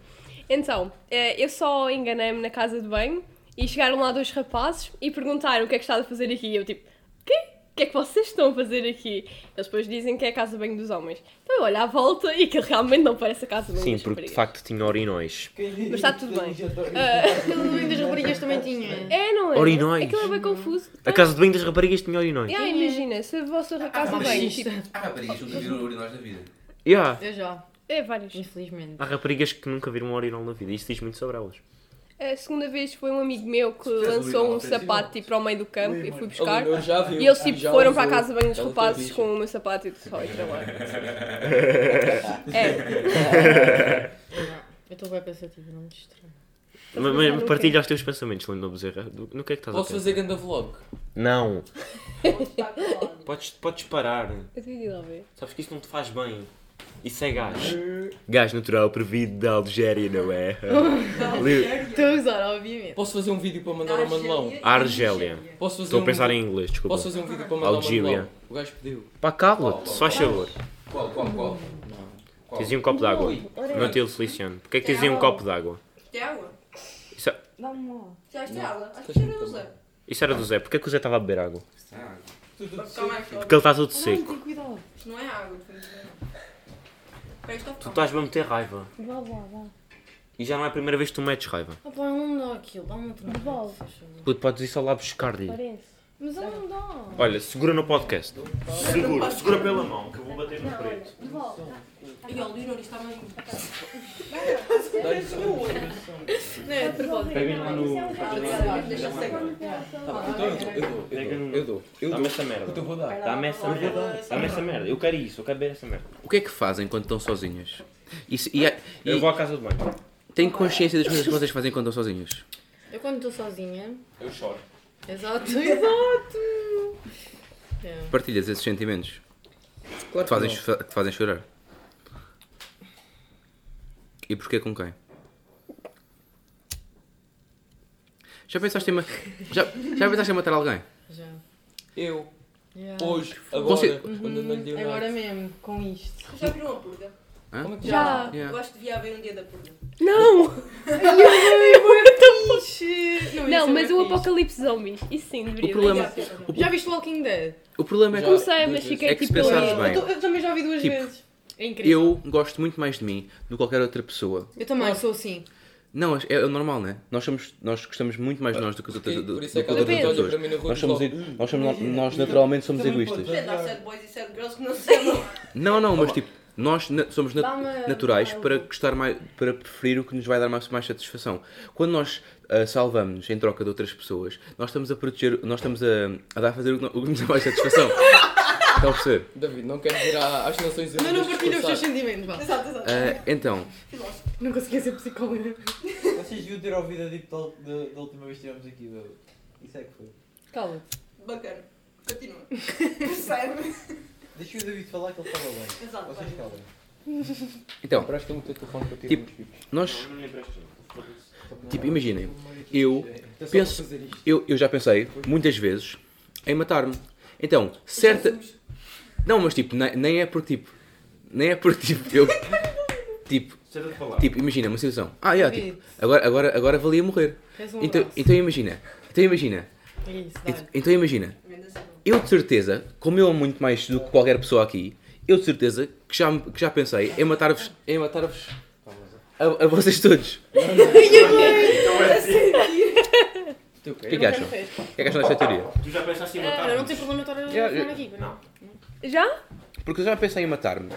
J: Então, eh, eu só enganei-me na casa de banho e chegaram lá dois rapazes e perguntaram o que é que estás a fazer aqui. E eu tipo, quê? O que é que vocês estão a fazer aqui? Eles depois dizem que é a casa de banho dos homens. Então eu olho à volta e aquilo realmente não parece a casa de banho
A: Sim,
J: das
A: porque de
J: raparigas.
A: facto tinha orinóis.
D: Mas está tudo bem. Aquilo do banho das raparigas também tinha.
J: Eh, É, não é?
A: Orinóis.
J: Aquilo é bem confuso.
A: A casa de banho das raparigas tinha orinóis.
J: Ah, imagina, se a vossa casa de banho. Tipo,
P: Há raparigas que nunca viram urinóis na vida.
A: Yeah.
D: Eu já.
J: é vários.
D: Infelizmente.
A: Há raparigas que nunca viram um orinol na vida. Isto diz muito sobre elas.
J: A segunda vez foi um amigo meu que
P: Espera,
J: lançou um
P: Luís, não,
J: sapato tipo para o meio do campo e fui buscar.
K: Ele já viu,
J: E eles tipo
K: já
J: foram
K: usou,
J: para a casa de banho dos
K: ela tem
J: rapazes
K: bicho.
J: com o meu sapato e disse, só entra lá. É,
D: Eu estou bem pensativa, não me distraio.
A: Mas,
J: pensar no
A: mas
J: quê?
A: partilha os teus pensamentos, Linda Bezerra. Do- No que é que estás
I: Posso
A: a
I: fazer ganda vlog?
A: pensar? Não.
G: Claro.
A: Podes, podes parar.
J: Eu tenho de ir lá ver.
A: Sabes que isso não te faz bem. Isso é gás. Gás natural prevido da Algéria, não é? Li-
D: Estou a usar, obviamente.
E: Posso fazer um vídeo para mandar ao Manelão?
A: A Argélia.
E: Posso fazer
A: Estou
E: um
A: a pensar em inglês, desculpa.
E: Posso fazer um vídeo para mandar ao
A: Algíria.
E: Manelão? O gajo pediu.
A: Pá, cala-te, se faz favor.
P: Qual, qual, qual?
A: Tens aí um copo d'água. Não te ilusiono. Porquê é que tens aí um copo d'água?
G: Isto é água?
A: Isso, é-
G: Já isto é água? Acho que era do Zé.
A: isso era do Zé. Porquê é que o Zé estava a beber água?
G: Para ficar mais
A: Porque ele está todo seco.
D: Tem cuidado.
G: Isto não é água. tem que ver. Espera, isto
A: Tu
G: está a
A: estás-me a meter raiva.
D: Vá, vá, vá.
A: E já não é a primeira vez que tu metes raiva.
D: Ah, pá, não me dá aquilo, dá-me outro. Devolve.
A: Puto, podes ir só lá buscar-lhe.
J: Parece.
D: Mas ele não dá. um
A: Olha, segura no podcast. Segura, segura pela mão, que eu vou bater no preto.
G: E o Leonor está mais.
D: Não, é de propósito.
A: Peguem lá no.
G: Deixa secar.
A: Pega no.
I: dou.
A: Dá-me essa merda.
I: Eu vou dar.
A: Dá-me essa merda. Dá-me essa merda. Eu quero isso, eu quero beber essa merda.
K: O que é que fazem quando estão sozinhas? E, se- e, a-
A: Eu
K: e
A: vou à casa do banho.
K: têm consciência das coisas que vocês fazem quando estão sozinhos?
D: Eu quando estou sozinha.
A: Eu choro.
D: Exato, exato. É.
K: Partilhas esses sentimentos? Claro que fazem, cho- que fazem chorar. E porquê com quem? Já pensaste em, ma- já, já pensaste em matar alguém?
D: Já.
E: Eu,
D: Já.
E: hoje,
K: Você-
E: agora, quando não lhe deu nada.
D: Uhum, Agora mesmo, com isto.
G: Já viram a purga?
E: Como é que
J: Já!
K: Yeah.
G: Eu acho que devia haver um dia da purga.
J: Não!
D: Ixi, não,
J: Não,
D: isso é
J: mas
D: bem
J: o
D: fixe.
J: apocalipse zombies, isso sim deveria
K: O problema-
J: dar.
D: Já viste Walking Dead?
K: O problema é que
J: Comecei, mas fiquei
K: É que se
J: tipo.
K: pensares
J: "Oi".
K: bem.
D: Eu, eu também já vi duas
K: Tipo,
D: vezes. É incrível.
K: eu gosto muito mais de mim do que qualquer outra pessoa.
D: Eu, também sou assim.
K: Não, é, é normal, né? Nós, somos, nós gostamos muito mais de nós do que as outras,
E: Por
K: do,
E: isso
K: do,
E: é
K: do
E: que
K: que
E: ela
K: outras
E: olha
K: pessoas.
E: para mim na rua
K: Nós,
E: e
K: somos,
E: fala,
K: ego- nós, somos-
E: Hum.
K: nós naturalmente somos
E: é
K: egoístas.
G: Gente, há sad boys e sad girls que não sei.
K: Não, não, mas tipo, nós na- somos na-
D: Dá-me-
K: naturais
D: dá-me.
K: para gostar mais, para preferir o que nos vai dar mais, mais satisfação. Quando nós ah, salvamos-nos em troca de outras pessoas, nós estamos a proteger, nós estamos a, a dar a fazer o que, no- o que nos dá mais satisfação. Estão a perceber?
E: David, não quero vir à- às Nações Unidas.
D: Mas não partilho os
E: discursar.
D: teus sentimentos, vá.
G: Exato, exato.
K: Ah, então,
D: Não conseguia ser psicóloga.
E: Vocês deviam ter ouvido a deep talk da, da última vez que estivemos aqui, meu. Isso é que foi.
D: Cala-te.
G: Bacana. Continua. Percebe?
E: Deixa o David falar que ele fala bem.
G: Exato,
E: Vocês
G: vai.
E: calem.
K: então,
E: Presta-me o teu telefone que eu
K: Tipo, nós, tipo, imaginem, eu
E: é. Então
K: penso, eu, eu já pensei muitas vezes em matar-me. Então, certa, não, mas tipo, ne- nem é por tipo, nem é por tipo, eu, tipo,
A: Senta-te para lá.
K: Tipo, imagina uma situação. Ah, yeah,
D: David.
K: tipo, agora, agora, agora valia morrer.
D: És um
K: Então,
D: abraço.
K: então imagina. Então imagina.
D: É isso,
K: ent-
D: dá.
K: Então imagina. Eu de certeza, como eu amo muito mais do que qualquer pessoa aqui, eu de certeza que já, me- que já pensei em matar-vos. Em matar-vos. A, a vocês todos. O que é que acham? O que é que acham desta teoria?
A: Tu já pensaste em
D: Olha, não
A: matar?
D: tem problema estar a
K: Yeah,
D: falar aqui. Não. é?
J: Já?
K: Porque eu já pensei em matar-me.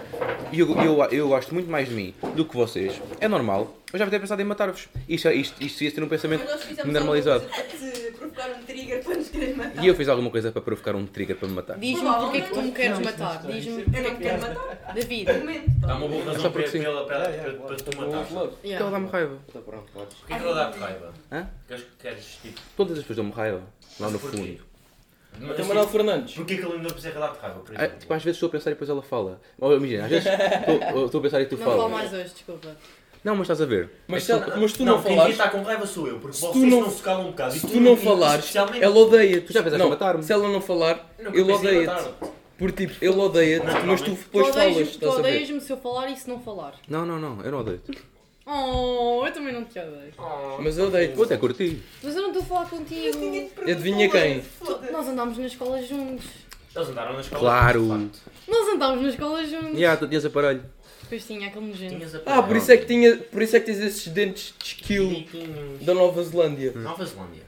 K: E eu, eu, eu gosto muito mais de mim do que vocês. É normal. Eu já havia pensado em matar-vos. Isto, isto, isto ia ser um pensamento
G: Nós fizemos
K: normalizado.
G: alguma coisa para te provocar um trigger para nos querer matar.
K: E eu fiz alguma coisa para provocar um trigger para me matar.
D: Diz-me porque é que tu me queres matar. Diz-me,
G: Eu não te quero matar.
D: David.
G: Momento.
A: Dá uma
E: É
A: boa
K: só
A: razão
K: porque
A: para,
K: sim.
A: pela, para, para, para tu matar.
K: Porque ela
D: Yeah.
K: dá-me raiva.
A: Porquê que ela dá-te raiva?
K: Hã?
A: Queres, queres tipo.
K: Todas as pessoas dão-me raiva. Lá no
A: porquê?
K: fundo.
A: Mas, tipo,
E: Até Manuel Fernandes.
A: Porquê que a Linda Bezerra dá-te raiva, por
K: Ah,
A: exemplo?
K: tipo, às vezes estou a pensar e depois ela fala. Ou, imagina, às vezes estou- eu estou a pensar e tu
D: Não falo
K: falas.
D: mais hoje, desculpa.
K: Não, mas estás a ver.
E: Mas,
K: É
E: se-
K: só-
E: mas tu não,
A: quem
E: falares.
A: devia estar com raiva sou eu, porque
E: se
A: vocês
E: tu não,
A: não se calam um bocado. E
E: Se
A: tu
E: tu não
A: e
E: falares,
A: especialmente-
E: ela odeia-te.
A: Tu já pensaste
E: Não,
A: em matar-me?
E: Se ela não falar,
A: Não,
E: ele
A: pensei em
E: odeia-te.
A: matar-me.
E: Porque tipo, ele odeia-te, mas tu depois
D: tu
E: falas.
D: odeias-me-
E: Estás a
D: Tu
E: ver?
D: odeias-me se eu falar e se não falar.
K: Não, não, não, eu não odeio-te.
D: Oh, eu também não te odeio.
E: Mas eu odeio-te.
K: Vou até curti.
D: Mas eu não estou a falar contigo.
E: Adivinha quem?
D: Tu- Nós andámos na escola juntos.
A: Eles andaram na escola.
K: Claro.
D: Nós andámos na escola juntos.
K: Yeah, tu tinhas aparelho.
D: Depois tinha aquele nojento.
E: Ah, por isso é que tinha, por isso é que tens esses dentes de esquilo da Nova Zelândia.
A: Nova Zelândia.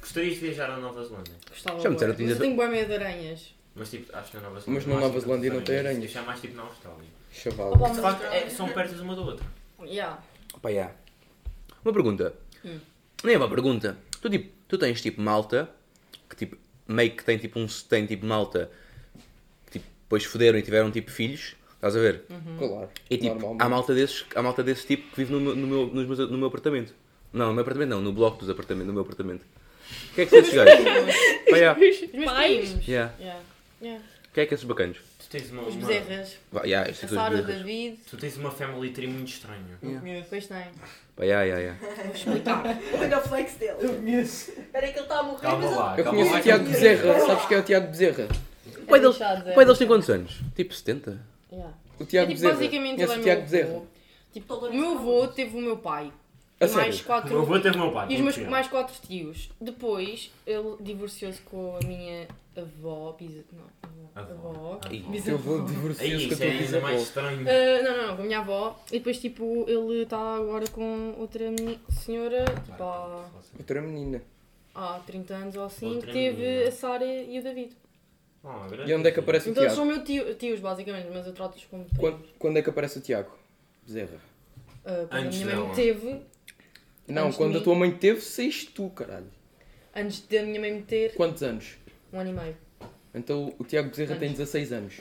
A: Gostarias de viajar à Nova Zelândia?
D: Gostava
E: Já me
D: bué.
E: disseram que tinha-
D: Mas eu tenho boa medo de aranhas.
A: Mas tipo, acho que na Nova Zelândia.
E: Mas na Nova Zelândia não tem aranhas.
A: Isso é mais tipo na Austrália.
E: Chaval.
D: Opa,
A: De
D: mas-
A: facto, é- são perto uma da outra.
D: Yeah.
K: Opa, yeah. Uma pergunta.
D: Hum.
K: Nem é uma pergunta. Tu, tipo, tu tens tipo malta, que tipo, meio que tem tipo um tem tipo malta que tipo, depois foderam e tiveram tipo filhos. Estás a ver?
E: Uhum. Claro,
K: E tipo,
E: normalmente.
K: há malta, desses, há malta desse tipo que vive no meu, no meu, nos meus- no meu apartamento. Não, no meu apartamento não, no bloco dos apartamentos, no meu apartamento. O que é que são esses gajos? Pá, yeah.
D: Os meus primos.
K: Yeah.
D: Yeah. Yeah.
K: O que é que é esses bacanos?
A: Tu tens uma.
D: Os
A: uma-
D: bezerras.
K: Bah, yeah, estes
D: a
K: dois
D: Sara, o
K: bezerras.
D: David.
A: Tu tens uma family tree muito estranha.
D: Pois tem. É
K: Pá, yeah, yeah, yeah.
D: Vou explicar.
Q: Olha o flex dele. Eu conheço. Espera que ele está a morrer.
K: Calma
Q: mas
K: lá,
Q: ele-
E: Eu conheço o Tiago Bezerra, sabes quem é o Tiago Bezerra?
K: O pai, deles,
D: deixado,
K: o
D: é
K: pai deles tem quantos anos? Tipo 70?
D: Yeah.
E: O Tiago
D: é, tipo,
E: Bezerra.
D: Basicamente,
E: Conhece
D: ele é
E: o Tiago
D: meu
E: Bezerra?
D: avô. Tipo, o meu avô teve o meu pai.
E: A
D: E mais
E: sério?
D: quatro...
E: O meu avô teve o meu pai,
D: E os
E: não
D: meus
E: tinha.
D: mais quatro tios. Depois, ele divorciou-se com a minha avó. Bis... Não, avó. avó.
E: Ih,
D: bisavó.
E: teu avô divorciou-se
A: Ei,
E: com a
A: isso
E: tua
A: é ainda
E: bisavó.
A: mais estranho.
D: Ah, não, não, não, com a minha avó. E depois, tipo, ele está agora com outra meni- senhora, tipo, há,
E: Outra menina.
D: há 30 anos ou assim,
E: Outra
D: que teve
E: menina.
D: a Sara e o David.
E: E onde é que aparece o
D: Então um eles são
E: Tiago?
D: meus tio- tios, basicamente, mas eu trato-os como primos.
E: Quando, quando é que aparece o Tiago? Bezerra.
D: Ah, quando
E: Antes
D: a minha mãe
E: dela.
D: me teve,
E: Não,
D: Antes de
E: quando a
D: mim.
E: tua mãe teve, saíste tu, caralho.
D: antes da minha mãe me ter,
E: Quantos anos?
D: um ano e meio,
E: Então o Tiago Bezerra tem
D: Anos.
E: 16 anos.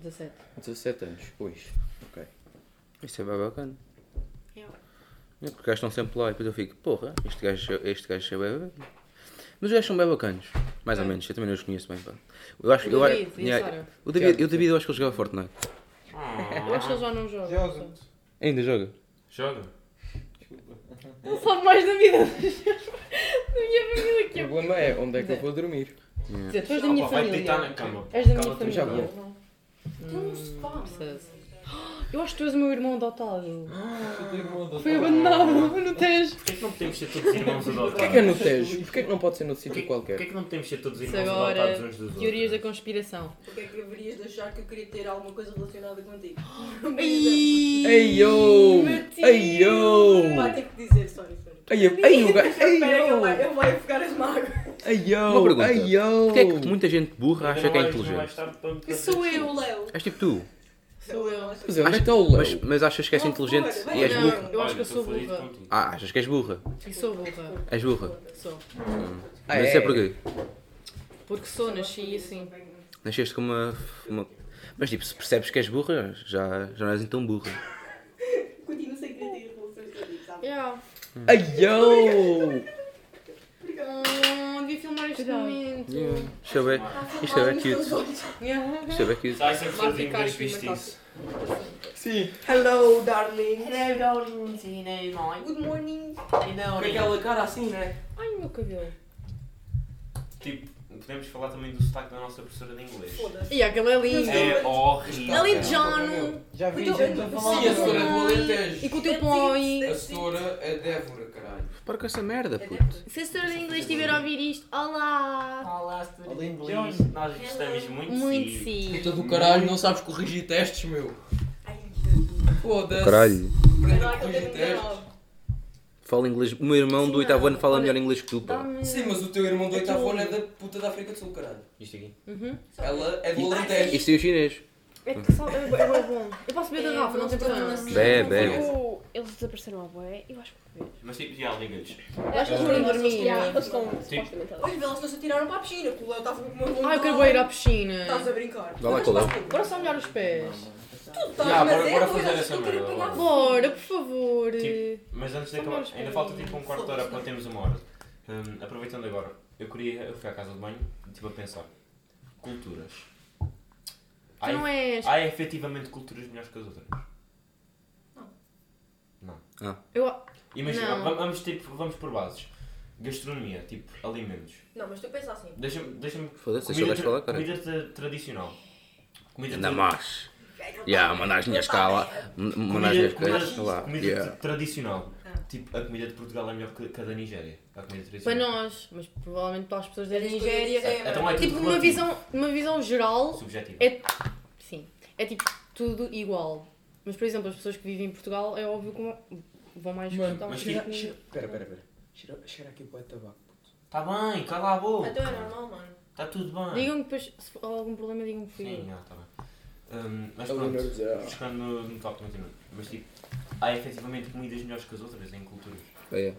D: 17.
E: 17 anos, pois. Ok.
K: Isso é bem bacana.
D: Eu.
K: É, Porque os gajos estão sempre lá e depois eu fico, porra, este gajo, este gajo é bem. Mas os gajos são bem bacanos, mais ou menos, eu também não os conheço bem. Pá. Eu acho,
D: É. O
K: eu,
D: David
K: acho-
D: e a
K: yeah,
D: Sara.
K: o David, eu, David, eu acho que ele jogava Fortnite.
D: Eu acho que ele já não joga.
K: Ainda joga?
A: Joga.
D: Ele sabe mais da vida dos- da minha família
E: O
D: que eu.
E: problema é onde é que eu vou dormir.
K: É.
D: Quer dizer, tu és da
E: Ah,
D: minha família. És da minha família. Hum, não preciso. Eu acho que tu és o meu irmão adotado.
K: Ah.
D: Foi abandonado no Tejo.
A: Porquê que não podemos ser todos irmãos adotados?
E: Porquê que é no Tejo? Porquê que não pode ser no sítio qualquer?
A: Porquê que não podemos ser todos
D: Isso
A: irmãos
D: agora,
A: adotados uns dos outros?
D: teorias da conspiração.
Q: Porquê é que haverias de achar que eu queria ter alguma coisa relacionada contigo?
E: Ei yo! Ei yo!
Q: Vai ter que dizer, sorry, sorry.
E: Ei eu- ei, o gajo- ei,
Q: Espera que
E: eu.
Q: eu vou- eu vou afogar as mágoas.
E: Ei yo!
K: Uma pergunta.
E: Ei yo!
K: Porquê é que muita gente burra
E: Ainda
K: acha que
E: não
K: é
E: vais- não vais
K: inteligente?
D: Sou eu, Léo.
K: És tipo tu.
D: Sou eu.
E: é, onde é que está o
K: mas, mas achas que és inteligente e és
D: Não,
K: burra?
D: eu acho que eu sou burra.
K: Ah, achas que és burra?
D: E sou burra.
K: És burra?
D: Sou.
K: Hum.
E: Ah,
K: Mas
E: é.
K: isso é porquê?
D: Porque sou, nasci assim.
K: Nasceste com uma, uma- Mas tipo, se percebes que és burra, já, já não és então burra.
Q: Continuo sem querer ter relações contigo, sabe?
D: Yeah.
E: Ai yo!
D: Hum, devia filmar este momento.
K: Yeah. Isto é bem- isto é bem cute.
D: Yeah.
K: Isto é bem cute.
A: Sai sempre
D: Vai
A: sozinho,
D: ficar
A: mas
D: aqui
A: viste
D: uma
A: isso.
E: Sim.
Q: Hello, darling.
D: Hello, darling. é Good morning.
Q: Good morning.
D: Com aquela
Q: cara assim, não é?
D: é
C: né?
D: Ai, meu cabelo.
A: Tipo, podemos falar também do sotaque da nossa professora de inglês.
D: E aquele é lindo.
A: É horrível.
D: É lindo, Jono.
C: Já vi
D: Com o teu-
C: gente a
D: com o
C: falar
D: teu
C: disso. Sim, a senhora é do
D: pai.
C: Alentejo.
D: Ah, E com o teu põe.
C: A senhora é Débora, caralho.
K: Para com essa merda, puto.
D: Se a senhora de inglês estiver a ouvir isto, olá!
A: Olá, senhora de é inglês. Nós gostamos muito.
D: é Muito
A: sim.
D: sim.
C: Puta do caralho, não sabes corrigir testes, meu. Foda-se.
K: Caralho.
C: Aprende a corrigir testes.
K: Fala inglês. O meu irmão do oitavo ano fala melhor inglês que tu, pá.
C: Sim, mas o teu irmão do
D: Então,
C: oitavo ano é da puta da África do Sul, caralho.
K: Isto aqui.
D: Uhum.
C: Ela é do Alentejo.
K: Isto é o chinês.
D: É que só é, bué- é bué bom. Eu posso beber da Rafa, não tem problema.
A: É,
K: Bebe, bebe.
G: Tipo, eles desapareceram à boia e eu acho que.
A: Mas tipo, já ligas.
G: Eu acho que eles foram dormir. Eles estão supostamente ali.
Q: Olha, vê, elas não se atiraram para a piscina, que o Léo estava com uma vontade.
D: assim. Ai, eu quero bué ir à piscina.
Q: Estás a brincar.
K: Vai lá com o Léo.
D: Bora só molhar os pés.
Q: Tu estás,
A: Já,
Q: mas
A: bora,
Q: é,
A: bora
Q: tu
A: fazer
Q: eras-
A: essa
Q: eu
A: merda.
Q: quero apanhar
A: bora.
D: Bora, por favor.
A: Mas antes de acabar, ainda falta tipo um quarto de hora para termos uma hora. Hum, aproveitando agora, eu queria. Eu fui à casa de banho e estive a pensar. Culturas.
D: não és-
A: há efetivamente culturas melhores que as outras.
K: Ah.
D: Eu...
A: Imagina,
D: Não.
A: va- vamos, tipo, vamos por bases. Gastronomia, tipo, alimentos.
J: Não, mas tu pensa assim.
A: Deixa-me. Deixa
K: Foda-se,
A: comida
K: deixa o gajo
A: tra-
K: falar, caralho.
A: Comida tra- tradicional. Comida
K: Ainda
A: tra-
K: mais. Yeah, mandar as minhas cá lá. m- Mandar
A: Comida-
K: as minhas coisas
A: comida-
K: cá lá.
A: Comida
K: Yeah.
A: tra- tradicional. Tipo, a comida de Portugal é melhor que que a da Nigéria. A comida
D: Para
A: tradicional.
D: nós, mas provavelmente para as pessoas da
J: Mas as
D: Nigéria.
J: coisas
A: dizem- Então é
D: tipo,
A: tudo
D: numa
A: relativo.
D: visão, numa visão geral.
A: Subjetiva.
D: É, sim. É tipo tudo igual. Mas, por exemplo, as pessoas que vivem em Portugal é óbvio que vão mais
C: Mano,
D: gostar um tipo
C: mas Tipo,
D: de
C: cheira,
D: comida.
C: cheira, pera, pera, pera. Cheira, cheira aqui bué de tabaco.
A: Tá bem, cala a boca.
J: Então é normal, mano.
A: Está tudo
C: Ah.
A: bem.
D: Digam-me depois, se há algum problema, digam-me que fui eu.
A: Sim, já, tá bem. Hum, mas
C: A
A: pronto,
C: Leonor Zero.
A: buscando no, no top 29. Mas tipo, há efetivamente comidas melhores que as outras em culturas.
K: É, é.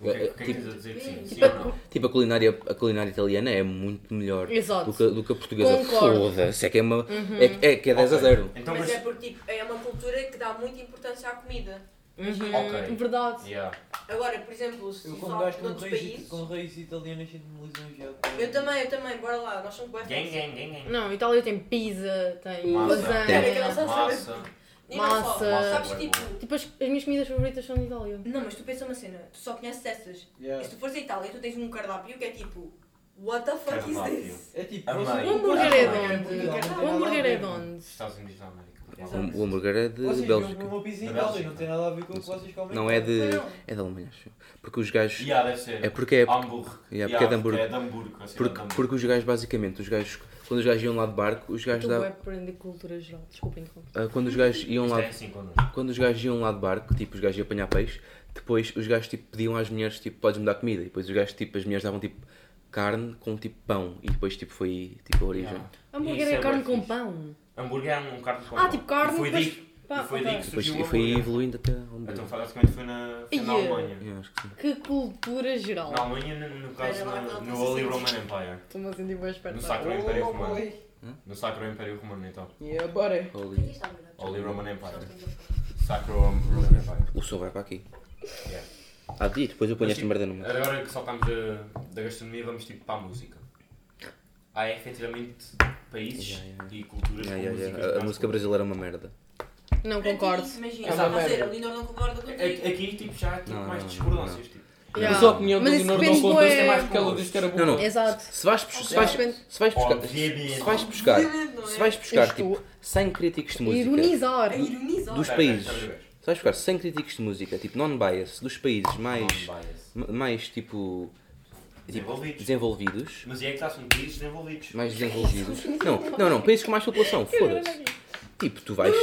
A: O que é,
K: É,
A: o que é que
K: tipo-
A: tens a dizer? Sim, sim
D: Tipo,
A: ou não?
K: Tipo, a culinária, a culinária italiana é muito melhor
D: Exato.
K: do que, do que a portuguesa.
D: Concordo.
K: Foda-se, é que é, uma,
D: Uhum.
K: é, que- é que é 10 a
A: Ok.
K: 0.
A: Então,
J: mas
A: mas-
J: é porque tipo, é uma cultura que dá muita importância à comida.
D: Uhum, Verdade.
A: Yeah.
J: Agora, por exemplo, se
E: Eu
J: eu
E: como
J: falar
E: gajo
J: de
E: com
J: outros
E: reis,
J: países.
E: com reis italianas sinto-me lisonjeado.
J: Eu também, eu também, bora lá, nós somos bem
A: Gang, gang,
J: felizes.
A: gang, gang.
D: Não, Itália tem pizza, tem
A: Massa.
J: Tem aquela
D: lasanha,
J: salsa
A: Massa.
J: E não só,
D: massa.
A: é
J: sabes tipo.
D: Tipo, as, as minhas comidas favoritas são de Itália.
J: Não, mas tu pensa uma cena, tu só conheces essas.
E: Yeah.
J: E se tu fores a Itália, tu tens um cardápio que é tipo. What the fuck is
A: Cardápio.
J: this?
E: É tipo,
A: Amei.
E: vocês-
D: O hambúrguer é de
E: Amei.
D: onde?
E: Amei.
D: O hambúrguer é de onde?
A: Estados Unidos da América.
K: O, o hambúrguer é de
E: Vocês
K: Bélgica.
E: viram uma pizza em
A: Da
E: Itália,
A: Bélgica.
E: não tem nada a ver com o que vocês comem.
K: Não é de.
E: Não.
K: É da Alemanha, acho. Porque os gajos.
A: Yeah, deve ser.
K: É porque é.
A: Hamburgo.
K: Yeah,
A: Yeah,
K: porque é de Hamburgo.
A: porque é de Hamburgo, a cidade de
K: Porque,
A: Hamburgo.
K: porque os gajos, basicamente, os gajos. Quando os gajos iam lá de barco, os gajos
D: Estou é a
K: davam.
D: aprender cultura geral. então. Desculpa interromper.
K: Ah, quando os gajos iam
A: Isto
K: lá
A: é assim connosco.
K: quando os gajos iam lá de barco tipo os gajos iam apanhar peixe depois os gajos tipo pediam às mulheres tipo podes me dar comida e depois os gajos tipo as mulheres davam tipo carne com tipo pão e depois tipo foi tipo a origem
A: Yeah.
D: Hambúrguer
A: Isso
D: é
A: é
D: carne
A: bem
D: com
A: fixe.
D: pão.
A: Hambúrguer é um carne com
D: Ah, tipo carne,
A: E foi
D: depois-
A: daí,
D: pá,
A: e foi daí que
D: ok.
K: depois
A: surgiu
K: e
A: o
K: foi
A: hambúrguer.
K: evoluindo até ao hambúrguer.
A: Então, basicamente foi na, foi na
D: Yeah.
A: Alemanha.
K: Yeah, acho que sim.
D: Que cultura geral.
A: Na Alemanha, no, no caso,
D: Espera lá,
A: no,
D: não,
A: no
D: não
A: Holy
D: sei se-
A: Roman Empire.
D: Estou-me a sentir bem esperto.
A: No Sacro Império
E: Oh,
A: Romano.
E: boy.
A: No Sacro Império Romano, então.
E: é,
C: Yeah, bora.
K: Holy-
A: Holy Roman Empire. Sacro Roman Empire.
K: o som vai para aqui
A: Yeah.
K: ah e depois eu ponho
A: Mas, tipo,
K: esta merda no meu
A: Agora que saltámos da, da gastronomia, vamos tipo para a música. Há efetivamente países
K: Yeah, yeah.
A: e culturas
K: Yeah,
A: com
K: yeah,
A: músicas
K: yeah. A- a
A: mais
K: música brasileira é uma merda
D: Não concordo.
J: Imagina,
A: É uma
J: estás a dizer,
A: merda.
J: a Lindor não concorda
A: populares.
J: contigo.
A: A- Aqui tipo, já há tipo,
K: Não,
A: mais
K: não, não,
A: discordâncias. Tipo.
D: Yeah.
F: Mas a opinião do
D: Mas isso
F: Leonor
D: depende
F: não conta
D: bué-
F: isto é mais porque ela disse que era bom.
K: não não
D: Exato.
K: se vais pus- se vais se vais buscar se vais buscar se vais buscar tipo 100 críticos de música
D: Ironizar.
J: Ironizar.
K: dos
A: Espera,
K: países.
A: espera, espera.
K: Se vais buscar 100 críticos de música, tipo non-bias, dos países mais.
A: Non-bias.
K: ma- mais tipo. tipo,
A: Desenvolvidos.
K: desenvolvidos,
A: Mas e é que está, são países desenvolvidos.
K: Mais desenvolvidos. não, não, não, países com mais população, foda-se. Tipo, tu vais.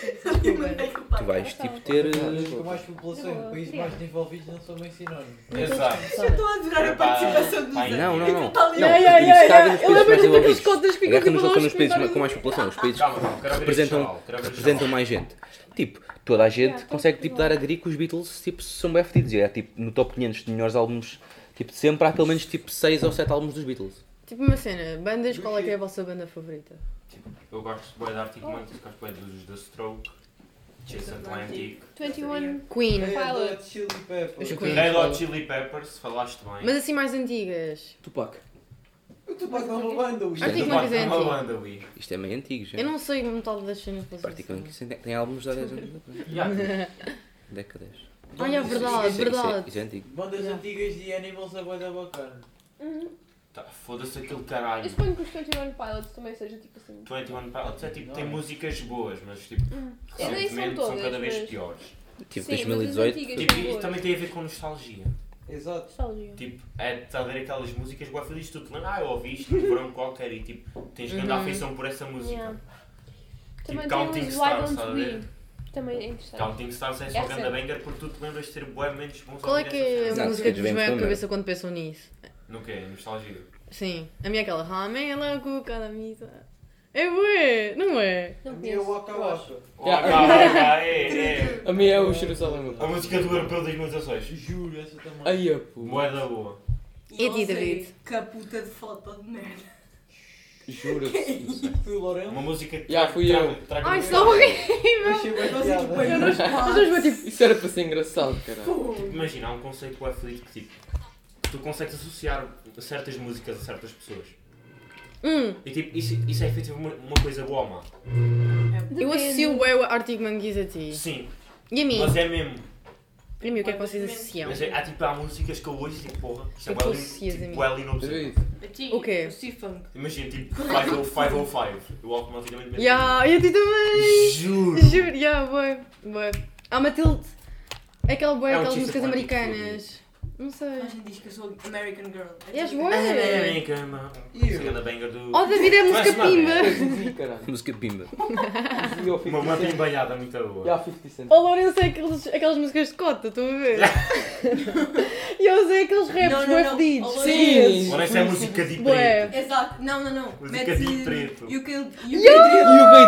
K: Tu vais tipo ter.
E: Países
K: eh,
E: com mais população, países mais desenvolvidos não são bem sinónimos.
A: É Exato.
J: Eu estou a adorar a participação dos
A: Pai,
K: Não, não, não.
J: tá
K: não
J: ali.
K: eu
J: Ai,
K: digo,
D: Tipo, ai,
K: sabe,
D: ai, eu
K: dos países mais
D: lembro-me daqueles
K: desenvolvidos.
D: contas que ficam
K: Agarra
D: tipo ah,
K: nos
D: lá
K: outros
D: nos
K: nos países
D: comentários.
K: com mais população, os países
A: Calma, calma,
K: que
A: quero abrir este
K: representam,
A: jornal, quero abrir este
K: representam mais gente. Tipo, toda a gente consegue tipo, dar a gri que os Beatles tipo, são bem fedidos. É tipo, no top 500 de melhores álbuns, tipo, de sempre há pelo menos tipo 6 ou 7 álbuns dos Beatles.
D: Tipo uma cena, bandas, qual é que é a vossa banda favorita?
A: Eu gosto de de Arctic Monkeys, gosto bué dos The Stroke, Chase Atlantic,
G: 21
D: Queen.
E: É,
G: Pilot.
E: de Chili Peppers.
D: Os Queen.
A: Red Hot Chili Peppers, falaste bem.
D: Mas assim mais antigas.
F: Tupac.
E: Eu estou para dar uma banda, ui.
D: Arctic
A: Tupac
D: Monkeys é
A: é uma
D: antigo.
A: banda, Wii.
K: Isto é meio antigo já.
D: Eu não sei metade das cenas que vocês
K: Praticamente que isso tem- tem álbuns da 10 anos atrás. Décadas.
D: Olha, é verdade,
K: Isso é- isso é-
D: verdade.
K: Isso é antigo.
E: Bandas antigas de Animals é bué da bacana.
A: Tá, Foda-se aquele caralho.
G: Eu suponho que os 21 Pilots também sejam tipo assim.
A: 21 Pilots é tipo, tem músicas boas, mas
D: Hum.
A: tipo,
G: Eu nem são
A: recentemente são
G: todas,
A: cada vez
G: mas-
A: piores.
K: Tipo,
G: Sim, mas as
K: 2018.
G: antigas
A: Tipo,
G: são
A: isto
G: boas.
A: também tem a ver com nostalgia.
E: Exato.
A: Tipo, é estás a ver aquelas músicas que felizes tu te lembras, ah, eu ouvi isto no verão qualquer e tipo, tens
D: Uhum.
A: grande afeição por essa música.
G: Yeah.
A: Tipo,
G: Também
A: Counting
G: tem os Why
A: Stars, estás a
G: Don't
A: ver?
G: We. Também é interessante.
A: Counting Stars é
G: É
A: só grande
G: sempre.
A: banger porque tu te lembras de ter bué menos bons
D: tá. Qual é
A: álbuns
D: que
A: dessas
D: é a
K: Não,
D: música
K: vocês
D: que vos
K: vêm
D: vem à
K: primeiro.
D: cabeça quando pensam nisso?
A: coisas. No quê? Nostalgia.
D: Sim. A minha é aquela. Ramela com camisa. É bué, não é?
E: A minha é o Akabacha.
A: Oh, cá, é, é.
F: A minha é o Jerusalém.
A: A música do Europeu 2016.
E: Juro, essa também.
F: Aí a pô.
A: Moeda boa.
D: E a ti, David?
J: Caputa de foto de merda.
F: Jura-se.
E: Foi o Lourenço.
A: Uma música que
F: Já, fui eu.
A: traga- traga-
D: Ai, só horrível.
E: Achei bué da piada.
D: As duas vão tipo.
F: Isso era para ser engraçado, caralho.
A: Imagina, há um conceito que é feliz que tipo, tu consegues associar certas músicas a certas pessoas.
D: Hum,
A: E tipo, isso, isso é efetivamente uma, uma coisa boa ou má.
J: É
D: Eu associo bué o Artigo Monkeys a ti.
A: Sim.
D: E a mim?
A: Mas é mesmo.
D: E a mim, o que é que vocês associam?
A: Mas é, há tipo, há músicas que eu ouço e tipo, porra, isto é
D: O que
A: bué
D: associas
A: Lin-
D: a
A: tipo, é Lino Bezerra.
D: O quê?
A: Imagina, tipo, 50- 505. Eu automaticamente penso-
D: Ya, e a ti também!
A: Juro!
D: Juro, ya, bué, bué. Ah, Matilde! É Aquela bué,
A: É um
D: aquelas
A: artista
D: músicas
A: plástico.
D: americanas. Não sei.
G: A gente diz que eu sou American Girl. É
D: És
G: tipo-
D: boa?
A: America, man. Essa é grande banger do-
D: Oh, David, é
A: Tu
D: música
A: és uma merda.
K: Música de pimba.
A: Uma uma pimbalhada muito boa.
E: Já, 50 Cent.
D: Oh, Lourenço é aqueles, aquelas músicas de cota, estão a ver? e eu usei aqueles raps
G: não,
D: bué
G: não.
D: fedidos.
G: Oh,
D: Sim!
A: Olha, isso é música de
D: Bué.
J: É.
A: preto.
G: Exato, não, não, não.
A: Música de preto.
G: E o que
R: E o K
G: é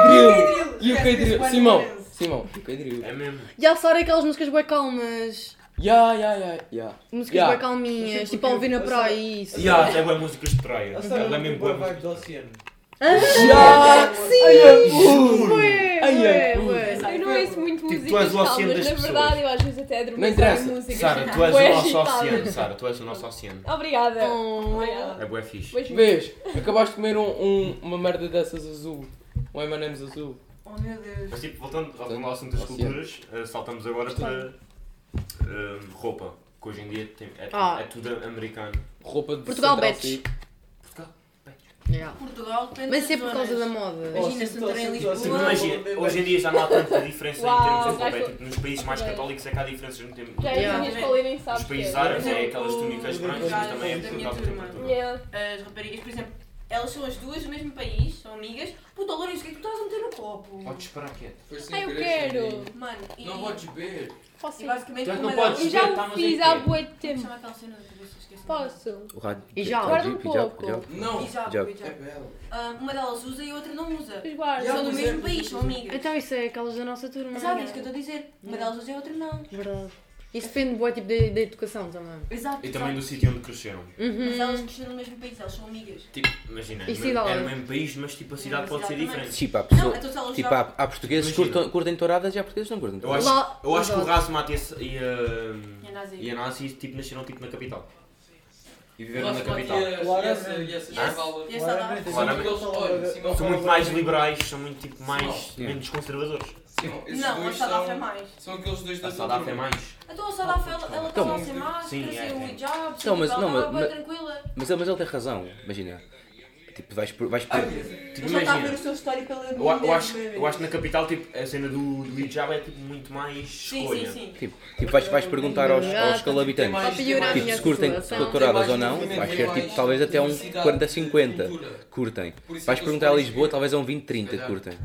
R: Drill! E o K Drill! Simão! Simão! O K Drill!
A: É mesmo!
D: E a Sara é aquelas músicas bué calmas.
R: Ya, ya, ya, ya!
D: Músicas
R: Ya.
D: bué calminhas, tipo a ouvir na praia e isso.
A: E há até boas é músicas de praia.
E: A Sara
A: Ela é mesmo
E: boa
A: boa.
E: vibe do oceano.
D: Ah,
E: Já!
D: Sim!
E: Juro!
D: Bué,
E: Ai,
D: bué,
E: ai,
G: é
D: bué.
J: Eu não ouço muito
A: Tipo,
J: músicas
A: tu és o
J: calmas,
A: oceano
J: na
A: das
J: verdade
A: pessoas.
J: eu às vezes até
R: Não
J: adormeço
R: interessa.
J: em músicas.
A: Sara, tu és o
J: Bué
A: nosso
J: agitadas.
A: oceano, Sara, tu és o nosso oceano.
J: Obrigada.
A: É
J: Obrigada.
A: boa fixe.
J: Beijinho.
R: Vês? Acabaste de comer um, um- uma merda dessas azul. Um M&M's azul.
G: Oh meu Deus.
A: Mas tipo, voltando ao ao assunto das culturas, eh, saltamos agora para eh, roupa, que hoje em dia tem- é,
D: Ah.
A: é tudo americano.
R: Roupa de
D: Portugal
R: Central
D: Betts.
R: City.
D: Ya.
G: Portugal tem
D: Mas isso é por causa da moda.
G: Imagina, Santarém,
A: Tipo,
G: Lisboa.
A: imagina, hoje em dia já não há tanta diferença em
J: Uau,
A: termos de roupa.
J: gajo-
A: É, tipo, nos países mais
J: Ok.
A: católicos é que há diferenças no tempo.
J: Já é
D: Yeah.
J: as minhas colegas nem sabes
A: Nos países
J: que
A: árabes é
G: Exemplo,
A: aquelas túnicas brancas, mas também é
G: da
A: por
G: minha
A: causa da
G: turma.
A: temperatura.
J: Yeah.
G: As raparigas, por exemplo, elas são as duas do mesmo país, são amigas. Puta, Lourenço, o que é que tu estás a meter no copo?
A: Podes parar quieto.
J: Ai, eu quero.
G: Mano, e...
S: Não podes beber.
J: Posso
G: E
J: ir?
G: basicamente
A: Já tá, é
G: uma
A: não
G: delas-
A: podes
J: Eu
A: ver,
J: já o
A: estamos
J: fiz
A: aqui.
J: há bué de
G: Como
J: tempo.
G: chama aquela cena da cabeça? Esqueci.
J: Posso?
K: O rádio.
D: E já,
J: Guarda um pouco.
S: Não.
G: Hijab,
K: Hijab.
A: é
R: É
G: hijab. Ah, uma delas usa e a outra não usa.
J: Pois guarda.
G: São do mesmo país, são amigas.
D: Então isso é aquelas da nossa turma.
G: Exato, é isso que eu estou a dizer. Uma delas usa e a outra não.
D: Verdade. Isso depende bué tipo da da educação também. Uhum.
G: Exato.
A: E também do
G: exato.
A: sítio onde cresceram.
G: Mas elas
J: Uhum.
G: cresceram no mesmo país, elas são amigas.
A: Tipo, imagina,
D: E
A: é
D: cidade?
A: no mesmo país, mas tipo a cidade pode ser
G: cidade também.
A: diferente.
K: Tipo, há,
G: Não,
K: pessoa,
G: então se elas
K: tipo,
G: já-
K: há, há portugueses que
A: Imagina.
K: curtam- curtem touradas e há portugueses que não curtem
A: Eu
K: touradas.
A: acho,
D: Lá-
A: eu acho que o
D: Exato.
A: Razmat e a, e a,
G: E a nazi.
A: e a Nazi tipo, nasceram tipo, na capital. E viveram na capital.
G: E essa dá.
S: Claramente.
A: São muito mais liberais, são muito tipo, mais, menos conservadores.
G: Não, a Sadaf é mais.
S: São aqueles dois
A: A
S: da
A: Sadaf é mais.
G: Então a Sadaf, ela ela está
K: Então,
G: lá sem máscara,
A: sim, é,
G: sem o
A: é.
G: hijab, sem
K: Não, mas- não, mas-
G: o
K: mas-
G: tranquila.
K: Mas, ele- mas ele tem razão, imagina. Tipo, vais por. Vais por
A: Tipo,
G: Ele só está a ver
A: imagina.
G: o seu histórico pela
A: Eu, a- eu acho, eu acho que na capital tipo, a cena do, do hijab é tipo, muito mais
G: Sim,
A: escolha.
G: sim, sim.
K: tipo, tipo, vais, vais perguntar aos, aos calabitantes.
D: Para piorar a
K: Tipo,
D: minha
K: se curtem
D: situação.
K: doutoradas ou não, vais ver tipo, talvez até um 40, 50 curtem.
A: é
K: Vais perguntar a Lisboa, talvez a um 20, 30 curtem.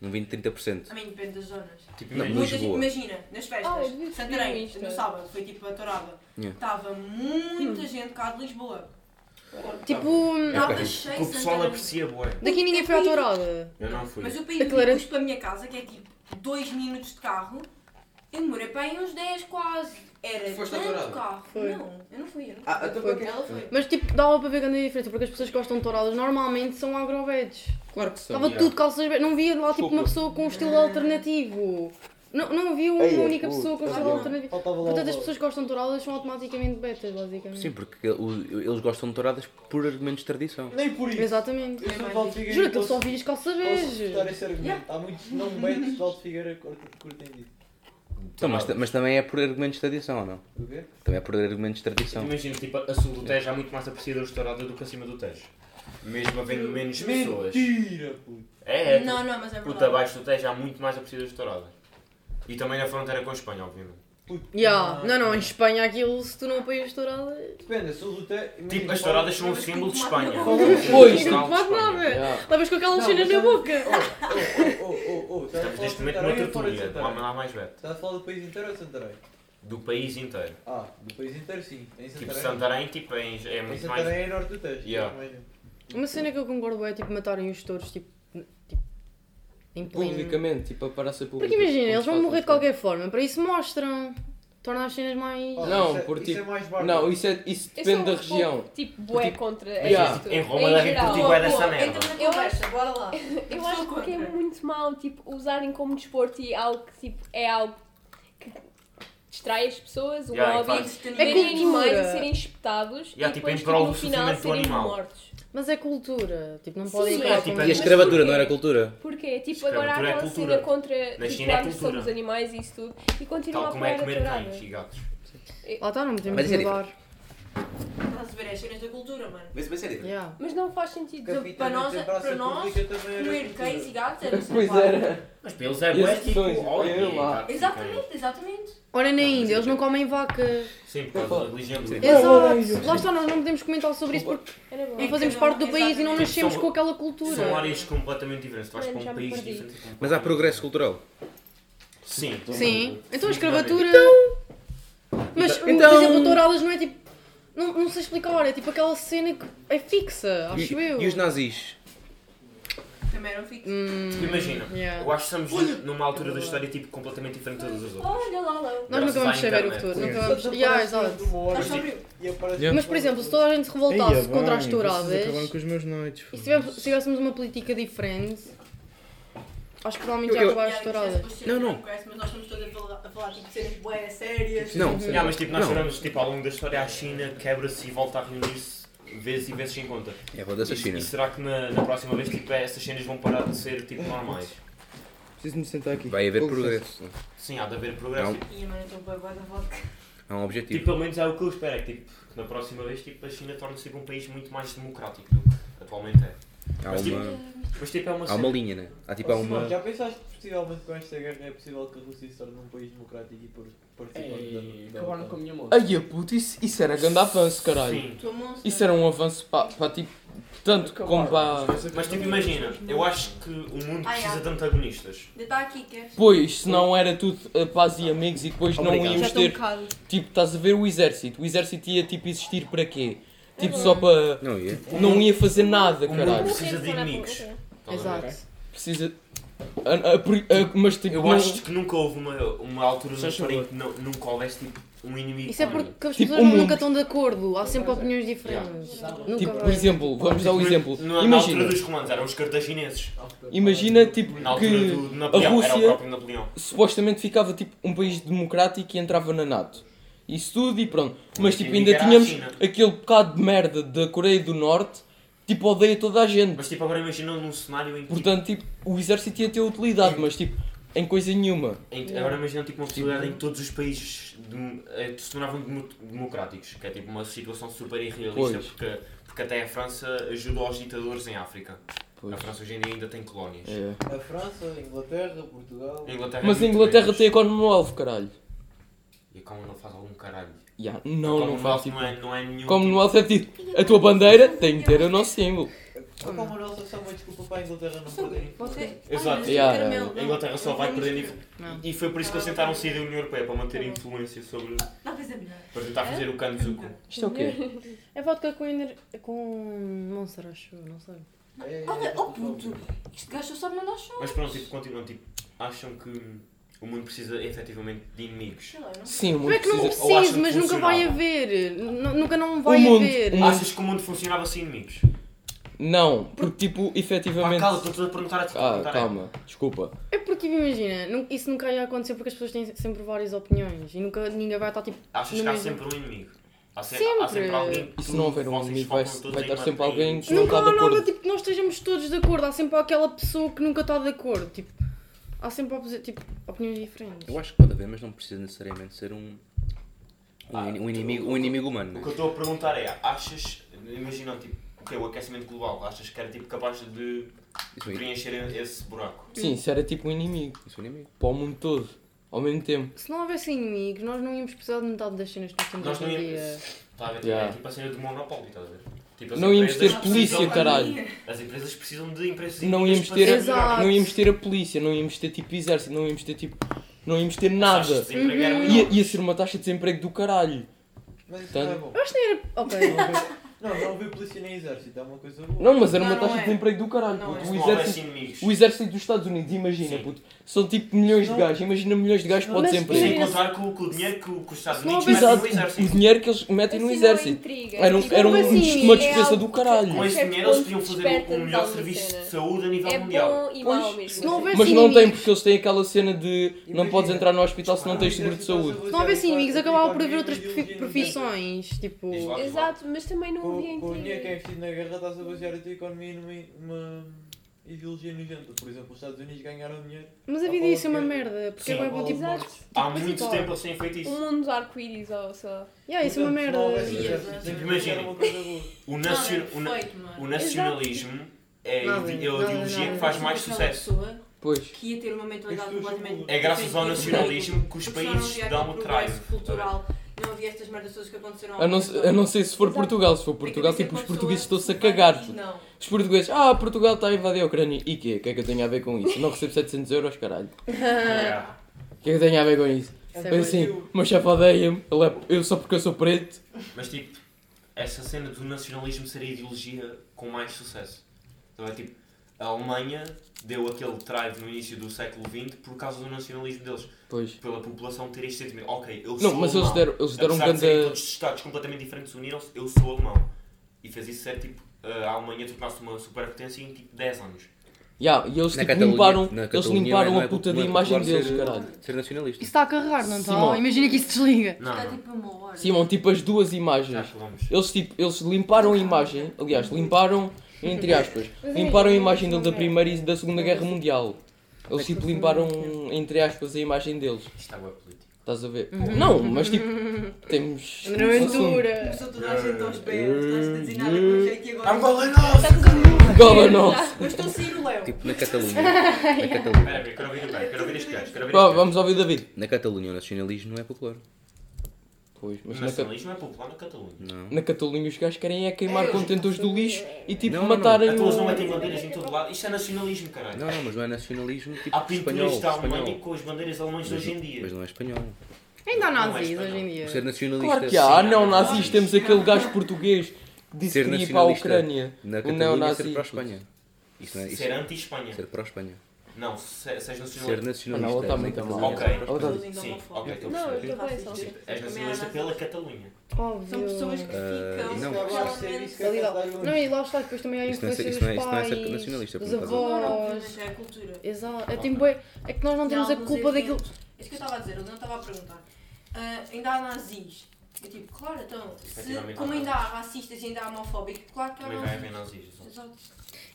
K: Um 20, 30%.
G: A mim depende das zonas.
A: Tipo,
K: Não,
A: imagina.
G: Muitas,
K: Lisboa.
G: imagina, nas
J: Ah, eu
G: festas,
J: devia ter
G: Santarém,
J: visto.
G: no sábado, foi tipo a Torada.
K: Yeah.
G: Estava muita gente cá de Lisboa.
D: Tipo,
G: Estava cheio
A: É O
G: de
A: pessoal
G: Santarém.
A: aprecia, boé.
D: daqui ninguém
G: É
D: foi à tourada.
A: Eu não fui.
G: Mas eu para
D: A
G: ir
D: Clara-
G: Clara... para a minha casa, que é tipo 2 minutos de carro, eu demorei para aí uns 10 quase. Era
S: Foste à
G: tanto
S: Torada?
G: carro.
D: Foi.
G: Não, eu não fui. Eu não fui.
E: Ah, então para quê?
G: Ela foi.
D: Mas tipo, dava para ver grande diferença, porque as pessoas que gostam de touradas normalmente são agrovedes.
R: Claro que são.
D: Estava tudo calças verdes. Não via lá tipo uma pessoa com um estilo alternativo. Não, não havia uma
E: Ei,
D: única
E: puto,
D: pessoa com um estilo
E: olha.
D: alternativo.
E: Faltava lá.
D: Portanto, as pessoas que gostam de touradas são automaticamente betas, basicamente.
K: Sim, porque o- eles gostam de touradas por argumentos de tradição.
E: Nem por isso.
D: Exatamente.
E: Eu sou de Val de Figueiredo,
D: Juro que eu
E: posso-
D: só vi as calças
E: Posso refutar
D: verdes.
E: esse argumento. Há muitos não betos de Alto Figueira que curtem- curtem disso.
K: Então, mas, ta- mas também é por argumentos de tradição, ou não?
E: O quê?
K: Também é por argumentos de tradição.
A: Imagina, tipo, a sul do Tejo há muito mais apreciador restaurada do que acima do Tejo. Mesmo havendo menos pessoas.
E: Mentira, puto.
A: É, é.
G: Hum, Não, não, mas é
A: Puta,
G: verdade.
A: abaixo do Tejo há muito mais apreciadores restaurada. E também na fronteira com a Espanha, obviamente.
E: Ah,
D: Ya, Não, não, em Espanha aquilo, se tu não apoias touradas.
E: Depende, eu sou do te...
A: Tipo, as touradas são um símbolo de
G: é
A: Espanha.
R: Pois.
D: Não te faz nada. Levas com aquela
E: Não,
D: cena
E: mas é-
D: na
E: eu-
D: boca.
E: Oh,
A: Estamos
E: Estamos
A: neste momento noutra turnia, de lá mais velho.
E: Estás a falar do país inteiro ou de Santarém?
A: Do país inteiro.
E: Ah, do país inteiro sim. Em
A: Tipo,
E: Santarém.
A: Santarém, tipo, é, é
E: Em
A: muito mais...
E: Santarém é norte do Tejo.
A: Yeah.
E: também.
D: Uma cena que eu concordo é tipo matarem os touros, tipo. n- tipo, Em pleno.
R: Publicamente, tipo, a parar a ser público.
D: Porque imagina, eles vão
E: é.
D: morrer de
E: um
D: qualquer forma, para isso mostram. Torna as cenas mais.
E: Oh,
R: Não,
E: isso é-
R: por
E: isso
R: tipo-
E: é mais bárbaro.
R: Não, isso, é, isso
J: Eu
R: depende
J: sou
R: da
J: um
R: região.
J: pouco, Tipo, bué contra.
R: Yeah.
J: isto.
A: Em Roma é devem
J: geral.
A: curtir bué dessa
G: Pô,
A: merda. Tipo,
G: Entra na conversa, bora lá.
J: Eu acho
G: Sou
J: que é
G: contra.
J: muito mal, tipo, usarem como desporto e algo que, tipo, é algo que distrai as pessoas, o
A: Yeah,
J: hobby,
A: faz-
J: de
G: É
J: verem
D: cultura.
J: animais a serem espetados
A: Yeah,
J: e
A: tipo, em
J: depois,
A: prol
J: tipo, no
A: do
J: final
A: sofrimento do
J: serem
A: animal.
J: mortos.
D: Mas é cultura, tipo, não
T: Sim,
D: podem
T: mas-
D: acabar
T: tipo,
D: com
T: e a
D: isso.
T: escravatura não era cultura?
J: Porquê? Tipo,
T: Escravatura
J: agora há
T: é
J: aquela
T: cultura.
J: cena contra
T: Na
J: tipo,
T: China é
J: nós
T: cultura.
J: somos animais e isso tudo e continua
A: Tal
J: a
A: como é
J: apoiar a
A: comer
J: tourada.
A: cães e gatos.
D: Lá está, não podemos
A: Mas isso é
D: mudar.
G: Estás a é ver as cenas da cultura, mano.
A: Mas- mas é diferente.
D: Yeah.
J: Mas não faz sentido.
G: Para nós,
J: Capitalismo,
G: para
J: praça
G: nós
J: pública também era
G: comer
J: cultura.
G: cães e gatos é era
J: Pois
G: sagrado.
J: era.
A: Mas para eles é bué
J: Esses
A: tipo,
J: dois,
A: olha,
E: é
J: eu lá.
A: gatos e
G: Exatamente, exatamente.
D: Ora, na Índia, eles não comem vaca.
A: cães. Sim, por causa da religião.
D: Exato. Lá está, nós não podemos comentar sobre isso porque não fazemos parte do país e não nascemos
A: São-
D: com aquela cultura.
A: São áreas completamente diferentes. Tu vais para
D: Mano, já
A: um
D: me
A: país
D: perdi.
A: diferente.
K: Mas há progresso cultural.
A: Sim.
D: Sim. Então a escravatura. Mas, o-
K: Então-
D: por exemplo, o Toralas não é tipo. Não, não sei explicar, é tipo aquela cena que é fixa,
K: E,
D: acho eu.
K: e os nazis?
G: Também
J: um
G: eram fixos.
C: Hum.
A: Imagina,
D: yeah.
A: eu acho que estamos numa altura da história tipo, completamente diferente de todas as outras.
G: Olha lá, lá.
D: Nós nunca
A: Graças
D: vamos
A: à
D: saber o
A: internet.
D: futuro,
A: Sim.
D: nunca vamos. então, Yeah, exato.
A: tipo, Yeah.
D: Mas, por exemplo, se toda a gente se
C: Eia,
D: revoltasse
C: bem,
D: contra as
C: vocês
D: touradas
C: acabaram com os meus noites.
D: e se tivéssemos, se tivéssemos uma política diferente, acho que provavelmente já
K: Eu- eu-
D: acabaram as
G: é
D: touradas.
K: Não, não.
G: Mas nós estamos todos a falar, a falar tipo, de cenas bué sérias.
K: Não.
A: Yeah, mas tipo, nós
K: Não.
A: choramos tipo, ao longo da história, a China quebra-se e volta a reunir-se vezes e vezes sem conta.
K: É, foda-se a
A: E-
K: China.
A: E será que na, na próxima vez tipo, essas cenas vão parar de ser tipo, normais?
C: Preciso-me sentar aqui.
K: Vai haver
C: Com licença.
K: progresso.
A: Sim, há de haver progresso.
K: Não.
G: Ih, mano, eu estou bué bué da vodka.
K: É um objetivo.
A: Tipo, pelo menos é o que eu espero, é que tipo, que na próxima vez tipo, a China torne-se tipo, um país muito mais democrático do que atualmente é.
K: Há
A: mas,
K: uma-
A: tipo, mas tipo, é uma
K: há uma linha, né? Há tipo há
E: Oh, Simão,
K: uma.
E: Já pensaste que possivelmente com esta guerra é possível que a Rússia se torne um país democrático e por participante da- da
F: acabaram
E: OTAN?
F: com a minha moto.
C: Aí, puto, isso, isso era grande avanço, caralho.
A: Sim.
C: Isso era um avanço para, tipo, tanto como para...
A: Mas tipo, imagina, eu acho que o mundo
G: Ah, yeah.
D: é.
A: precisa de antagonistas.
G: Ainda está aqui, queres?
C: Pois, senão era tudo eh, paz e amigos e depois não
A: Obrigado.
C: íamos
G: Já estou um
C: ter.
G: bocado.
C: Tipo, estás a ver o exército. O exército ia tipo existir para quê? Tipo, só para.
K: Não é. ia.
C: Não ia fazer
A: Um
C: nada, caralho.
A: Precisa de inimigos.
C: Tá
A: Estás a ver?
C: Precisa. a- a pri- a- mas tipo.
A: Eu
C: não-
A: acho que nunca houve uma, uma altura na
C: Só
A: história em que não, nunca houvesse tipo, um inimigo.
D: Isso é porque as
C: Tipo,
D: pessoas
C: o mundo-
D: nunca estão de acordo, há sempre opiniões diferentes. Nunca
C: Tipo, por
D: vai.
C: exemplo, vamos dar um exemplo.
A: é Tipo, Na, na altura
C: Imagina.
A: dos romanos eram os cartagineses.
C: Imagina, tipo,
A: Na altura do
C: que a
A: Napoleão, era o
C: Rússia
A: próprio Napoleão.
C: supostamente ficava tipo um país democrático e entrava na NATO. Isso tudo e pronto. Mas tipo,
A: inimigo
C: ainda
A: era assim, né? a
C: tínhamos
A: China.
C: aquele bocado de merda da Coreia do Norte, tipo, odeia toda a gente.
A: Mas tipo, agora imagina num cenário em que.
C: Portanto, tipo, o exército ia ter utilidade, mas tipo, em coisa nenhuma.
A: em- agora imagina tipo, uma possibilidade em que todos os países dem- eh, se tornavam demo- democráticos, que é tipo uma situação super irrealista,
C: Pois.
A: porque, porque até a França ajudou aos ditadores em África. A França hoje em dia ainda tem colónias.
E: A França, a Inglaterra, Portugal.
A: A Inglaterra
C: É.
A: é
C: Mas a Inglaterra tem a Commonwealth, caralho.
A: E como não faz algum caralho.
C: Yeah, não,
A: A
C: não
A: Commonwealth
C: faz tipo.
A: não é, não é nenhum.
C: Commonwealth é tipo, a tua bandeira tem que ter o nosso símbolo.
E: Só para o Manuel, só só uma desculpa para a Inglaterra não perder.
G: Você-
A: Exato.
C: Ai, Yeah, caramelo,
A: A Inglaterra só vai perder nível.
D: Não.
A: E foi por isso que eles tentaram sair da União Europeia, para manter influência sobre.
G: Talvez é melhor.
A: Para tentar fazer o cano suco.
C: Isto é o quê?
D: É vodka com, ener... com Monster, acho eu, não sei.
E: É,
G: Olha, oh puto, este gajo só manda aos
A: Mas pronto, tipo, continuam, tipo, acham que o mundo precisa efetivamente de inimigos.
C: Sim, o
D: Não é que não
A: Ou- ou acham
D: precise,
A: que
D: mas nunca
A: funcionava?
D: vai haver. Nu- Nunca não vai haver.
A: Achas que o mundo funcionava sem inimigos?
C: Não, porque tipo, efetivamente.
A: Cala, estou a perguntar a ti.
C: Ah, calma, desculpa.
D: É porque imagina, nu- isso nunca ia acontecer porque as pessoas têm sempre várias opiniões e nunca ninguém vai estar tipo.
A: Achas
D: no
A: que há
D: mesmo-
A: sempre um inimigo? Há, se- há
D: Sempre.
A: sempre alguém.
C: E se não houver um inimigo, vai, vai estar sempre alguém que não
D: Nunca
C: está de
D: há nada
C: acordo.
D: tipo, que nós estejamos todos de acordo. Há sempre aquela pessoa que nunca está de acordo. Tipo, há sempre oposi- tipo, opiniões diferentes.
K: Eu acho que pode haver, mas não precisa necessariamente ser um. Um, ini- um inimigo, um inimigo humano,
A: Ah, tipo, O
K: né?
A: que eu estou a perguntar é, achas, imagina, tipo, o que é o aquecimento global, achas que era, tipo, capaz de
K: aí.
A: preencher esse buraco?
C: Sim, isso era tipo um inimigo.
K: Isso é um inimigo.
C: Para o mundo todo, ao mesmo tempo.
D: Se não houvesse inimigos, nós não íamos precisar de metade das cenas que nós temos
A: Nós
D: hoje
A: não
D: em
A: íamos.
D: dia.
A: Está a ver?
C: Yeah.
A: É tipo a cena do monopólio, estás a ver? Tipo, as
C: Não íamos
A: empresas
C: ter polícia,
A: precisam-
C: caralho.
A: As empresas precisam de empresas
C: Não íamos,
A: inimigas
C: ter
A: para se
C: a,
A: melhorar.
C: não íamos ter a polícia, não íamos ter tipo exército, não íamos ter tipo. Não íamos ter nada.
A: de desemprego eram
C: Ia, ia ser uma taxa de desemprego do caralho.
E: Mas isso não é
C: Portanto-
E: bom.
D: Eu acho que nem era. Ok.
E: Não, não vi polícia nem exército, é uma coisa boa.
C: Não, mas era
E: Não,
C: uma
E: não
C: taxa
E: é.
C: de desemprego do caralho.
E: Não
A: um
C: puto. O,
E: é. Se não
A: houvesse
C: exército,
A: inimigos.
C: o exército dos Estados Unidos, imagina, puto. São tipo milhões de gajos. Imagina milhões de gajos para o
A: Mas
C: desemprego.
A: Sem contar com, com o dinheiro que, o- que os Estados
C: Não,
A: Unidos
C: mas
A: metem no
C: exato,
A: exército.
C: o dinheiro que eles metem no
J: Assim, não é
C: exército.
J: intriga.
C: Era um,
J: Tipo,
C: era um-
J: assim,
C: uma
J: é
C: despesa
J: algo
C: do
J: que-
C: caralho.
A: Com esse
J: Qualquer
A: dinheiro eles
J: ponto
A: podiam fazer
J: desperta-nos
A: o melhor
J: alguma
A: serviço
J: cena.
A: de saúde a nível
J: É
A: mundial.
J: bom e mau ao mesmo tempo.
C: Mas não tem porque eles têm aquela cena de não podes entrar no hospital se não tens seguro de saúde.
D: assim,
E: um
D: Se não houvesse inimigos, acabava por haver outras profi- profissões. Tipo.
J: Exato, mas também não
E: com,
J: dia em
E: com o
J: que-
E: dinheiro que é investido na guerra estás a basear a tua economia numa, numa ideologia nojenta. Por exemplo, os Estados Unidos ganharam dinheiro.
D: Mas a vida isso é uma merda, porque
E: Sim.
D: é bom tipo.
E: Exato.
D: tipo,
E: Há
D: mas,
E: muito
D: tipo,
E: tempo eles têm feito
J: Um mundo de arco-íris ou sei lá.
D: Yeah, isso é uma merda.
E: Imagina,
A: o,
G: é
A: nacio- o na- o nacionalismo é,
G: Nada,
A: ide- é a
G: nada,
A: ideologia
G: nada.
A: que faz mais
G: Aquela
A: sucesso.
G: pessoa Que ia ter uma mentalidade completamente.
A: É graças ao
G: diferente.
A: nacionalismo que os
G: Porque se
A: países
G: não havia
A: dão
G: aquele
A: o
G: progresso
A: drive.
G: cultural, não havia estas merdas todas que aconteceram. ao É
F: A não,
G: longo
F: se-
G: da
F: a não ser se for
G: Exato.
F: Portugal. Se for Portugal, tipo, os portugueses estão-se a cagar. tipo.
G: diz é não.
F: Os portugueses, ah, Portugal está a invadir a Ucrânia. E quê? O que é que eu tenho a ver com isso? Não recebo 700 euros, caralho. O que é que eu tenho a ver com isso?
A: Isso é
F: Foi assim,
A: Brasil.
F: meu chefe odeia-me, ele é- eu só porque eu sou preto.
A: Mas tipo, essa cena do nacionalismo seria a ideologia com mais sucesso. Então é tipo, a Alemanha deu aquele drive no início do século XX por causa do nacionalismo deles.
F: Pois.
A: Pela população ter este sentimento. Ok, eu
F: Não,
A: sou
F: mas eles
A: alemão.
F: deram- eles deram um
A: Apesar
F: grande-
A: de serem todos estados completamente diferentes uniram-se, eu sou alemão. E fez isso ser tipo, a Alemanha tornou-se uma superpotência em tipo 10 anos.
F: Ya, e eles
K: Na
F: tipo,
K: Catalunha-
F: limparam,
K: na
F: eles
K: Catalunha
F: limparam
K: não é
F: a puta de
K: popular
F: imagem
K: ser-
F: deles, caralho.
K: Ser nacionalista.
D: Isso está a carregar, não está?
F: Simão.
D: Imagina que isso desliga.
G: tipo-
F: Simão, tipo as duas imagens. Eles, tipo, eles limparam a imagem, aliás, limparam, entre aspas,
U: Mas é
F: limparam a
U: isso,
F: imagem deles da
U: não é?
F: Primeira e da Segunda Guerra Mundial.
E: É
F: Eles tipo limparam, entre aspas, a imagem deles.
A: Isto é político.
F: Estás a ver?
D: Uhum.
F: Não, mas tipo, temos.
D: André é Ventura.
G: Começou toda a gente aos pés, não estás a dizer nada com
F: Hum.
G: jeito e agora.
A: Angola é nossa!
G: Estás a dizer-
F: Angola é nossa!
G: Mas estou a sair o Léo.
K: Tipo, na Catalunha.
G: Ai,
K: na
G: ai.
K: Catalunha.
A: Espera aí, quero ouvir o gajo, quero ouvir este gajo, quero ouvir
F: Vá,
A: este gajo.
F: vamos ouvir David.
K: Na Catalunha o nacionalismo não é popular.
F: Pois,
A: O
F: mas na, Ca-
A: nacionalismo é popular na Catalunha.
K: Não.
F: na Catalunha os gajos querem é queimar contentores do lixo e tipo
K: Não, não, não.
F: matarem
A: Então eles não
F: o-
A: metem bandeiras em todo lado. Isto é nacionalismo, caralho.
K: Não, não, mas não é nacionalismo tipo
A: Há pinturas
K: espanhol.
A: da Alemanha
K: espanhol.
A: com as bandeiras alemãs de hoje em dia.
K: Mas não é espanhol.
D: Ainda há
A: Não é
D: nazis
A: espanhol.
D: hoje em dia.
K: Ser nacionalista.
F: Claro que há,
K: sim,
F: não nazis, temos aquele gajo português que disse
K: Ser
F: que ia para a
K: nacionalista
F: Ucrânia.
K: na
F: O
K: Catalunha é ser
F: neonazi.
K: para a Espanha. Isso não é- isso-
A: Ser anti-Espanha.
K: Ser para a Espanha.
A: Não, se, seja nacionalista.
K: Ser nacionalista.
F: ela está tá muito
K: tá
F: mal.
A: Ok,
F: Ela está-
A: sim, ok, estou
J: Não,
A: a
J: eu estou bem,
A: perceber.
J: só
A: Sim,
J: sei.
A: tipo, És nacionalista pela Catalunha.
D: Óbvio.
G: São pessoas que
K: Ah,
G: ficam.
K: não. é
G: é
D: Ali lá. Não, e lá está, depois também há a
K: Isso não é-
D: influência
K: isso
D: dos
K: não é- isso não é ser
D: pais,
K: nacionalista,
D: dos
K: por acaso.
G: Não, não,
D: avós.
G: mas é a cultura.
D: Exato. É, tipo, é, é que nós não
G: Há
D: temos a
G: alguns
D: culpa daquilo.
G: exemplos. Isso que eu estava a dizer, eu não estava a perguntar. Ah, ainda há nazis. Eu tipo, claro, então, se,
A: Efetivamente
G: como
A: há
G: ainda há racistas e ainda há homofóbicos, claro que há
A: Também vai haver
G: nazis.
A: nazis.
G: Exato.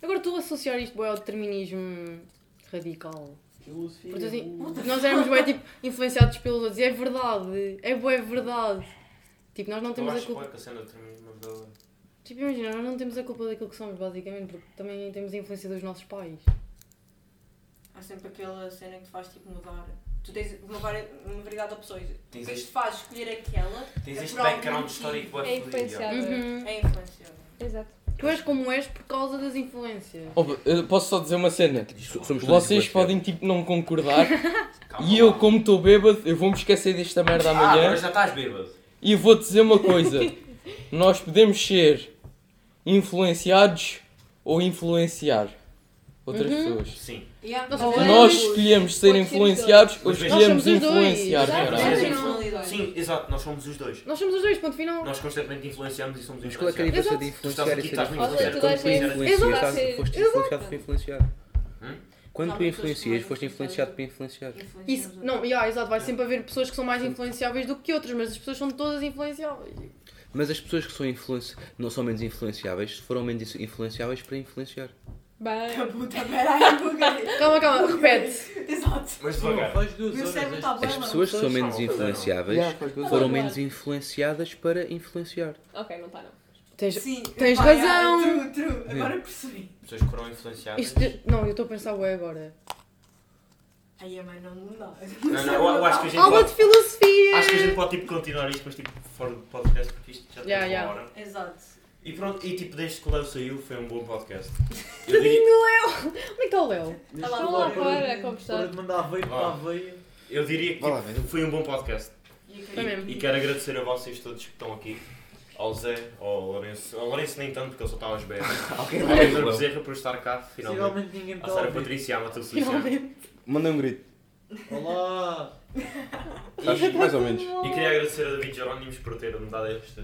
D: Agora tu associar isto bué, ao determinismo radical. Porque assim,
G: What the
D: nós
G: fuck?
D: éramos bem tipo, influenciados pelos outros. E é verdade. É boa, é verdade. Tipo, nós não
A: Eu
D: temos a
A: acho que
D: culpa.
A: é que a cena determinismo da...
D: Tipo, imagina, nós não temos a culpa daquilo que somos, basicamente, porque também temos a influência dos nossos pais.
G: Há sempre aquela cena que te faz tipo mudar. Tu tens uma, vari- uma variedade de opções.
A: Tens
G: o que te
A: este-
G: faz escolher aquela.
A: Tens
G: é
A: este
G: por algum
A: background
G: motivo.
A: histórico bué
J: É influenciado.
D: Uhum.
G: É influenciado.
J: Exato.
D: Tu és como és por causa das influências.
F: Oh, eu posso só dizer uma cena?
K: somos todos
F: Vocês
K: iguais,
F: podem tipo não concordar e eu, como estou bêbado, eu vou-me esquecer desta merda
A: Ah,
F: amanhã
A: agora já estás bêbado.
F: e vou dizer uma coisa: nós podemos ser influenciados ou influenciar outras
D: Uhum.
F: pessoas.
A: Sim.
G: Yeah.
D: Nós
G: Ou
F: Nós
G: ambos.
F: escolhemos ser influenciados ou
A: Mas veja-
D: Nós
F: escolhemos
D: somos os dois.
F: influenciar,
D: Exato.
F: caralho.
D: Sim.
G: Personalidade.
A: Sim, exato, nós somos os dois.
D: Nós somos os dois, ponto final.
A: Nós constantemente influenciamos e somos
K: Mas qual é que é a
A: influenciados.
K: diferença de
A: Tu estás aqui,
K: influenciar e ser
A: estás-me a
K: influenciado?
A: influenciar.
K: Quando tu influenciaste,
J: Exato.
K: foste
J: Exato.
K: influenciado por influenciar.
A: Hum?
K: Quando tu
G: Talvez
K: influencias, foste influenciado por influenciar.
D: Isso, não, yeah, exato, vai sempre haver pessoas que são mais influenciáveis do que outras, mas as pessoas são todas influenciáveis.
K: Mas as pessoas que são influenci... não são menos influenciáveis foram menos influenciáveis para influenciar.
J: Bem.
G: É Puta, peraí, buguei.
D: Calma, calma, repete.
G: Exato.
A: Mas devagar.
G: Meu cérebro está bem,
K: As pessoas que são menos influenciáveis
F: Yeah, faz todo
K: foram
J: sentido.
K: menos influenciadas para influenciar.
J: Ok, não está não.
D: Tens,
G: Sim,
D: tens
G: pá,
D: razão.
G: yeah, true, true. Agora
K: Sim.
G: percebi.
A: Pessoas que foram influenciadas.
D: Isto de- Não, eu estou a pensar bem agora.
G: Ai, mãe, não, não dá.
A: Não, não, eu- eu acho que a gente
D: Aula
A: pode-
D: de filosofia!
A: Acho que a gente pode tipo, continuar isto, mas tipo, fora do podcast, porque isto já tem
D: Yeah,
A: uma
D: yeah.
A: hora.
G: Exato.
A: E pronto, e tipo, desde que o Leo saiu, foi um bom podcast. Eu
D: Tadinho
A: diria,
D: do Léo! Onde é que está o Léo?
G: Tá
J: Está lá fora a conversar.
E: Para de mandar veio para a veia.
A: eu diria que tipo, foi um bom podcast.
D: Foi mesmo.
A: E, e quero agradecer a vocês todos que estão aqui. Ao Zé, ao Lourenço. Ao Lourenço nem tanto, porque ele só estava às berras. Ao Pedro Bezerra por estar cá, finalmente.
E: Finalmente ninguém me
A: À
E: está a
A: Sara
E: ouvir.
A: Patrícia e à Matheus Luciano.
D: Finalmente.
K: Mandei um grito.
E: Olá!
K: Mais ou menos.
A: E queria agradecer a David Jerónimos por ter me dado este.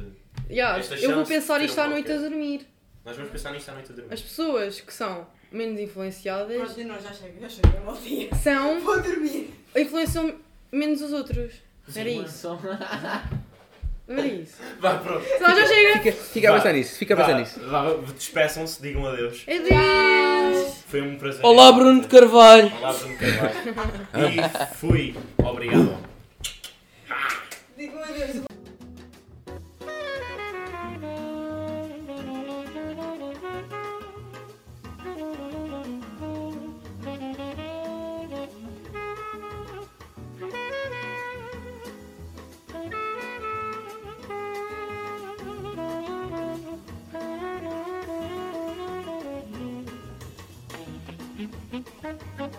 D: Yeah,
A: esta
D: eu vou
A: chance
D: pensar
A: de ter
D: isto
A: um
D: à noite a
A: podcast.
D: dormir.
A: Nós vamos pensar nisto à noite a dormir.
D: As pessoas que são menos influenciadas
G: Pronto, não, já chega, já chega, é mal dia.
D: são.
G: Vou dormir.
D: influenciam menos os outros. Era isso. Não era isso.
A: Vá, pronto.
D: Senão já chega.
V: Fica, fica a pensar nisso, fica a
A: vá,
V: pensar nisso.
A: Vá, despeçam-se, digam adeus.
D: É. Adeus.
A: Foi um prazer.
F: Olá, Bruno de Carvalho.
A: Olá, Bruno Carvalho. E fui. Obrigado.
W: Digam adeus.
X: Thank you.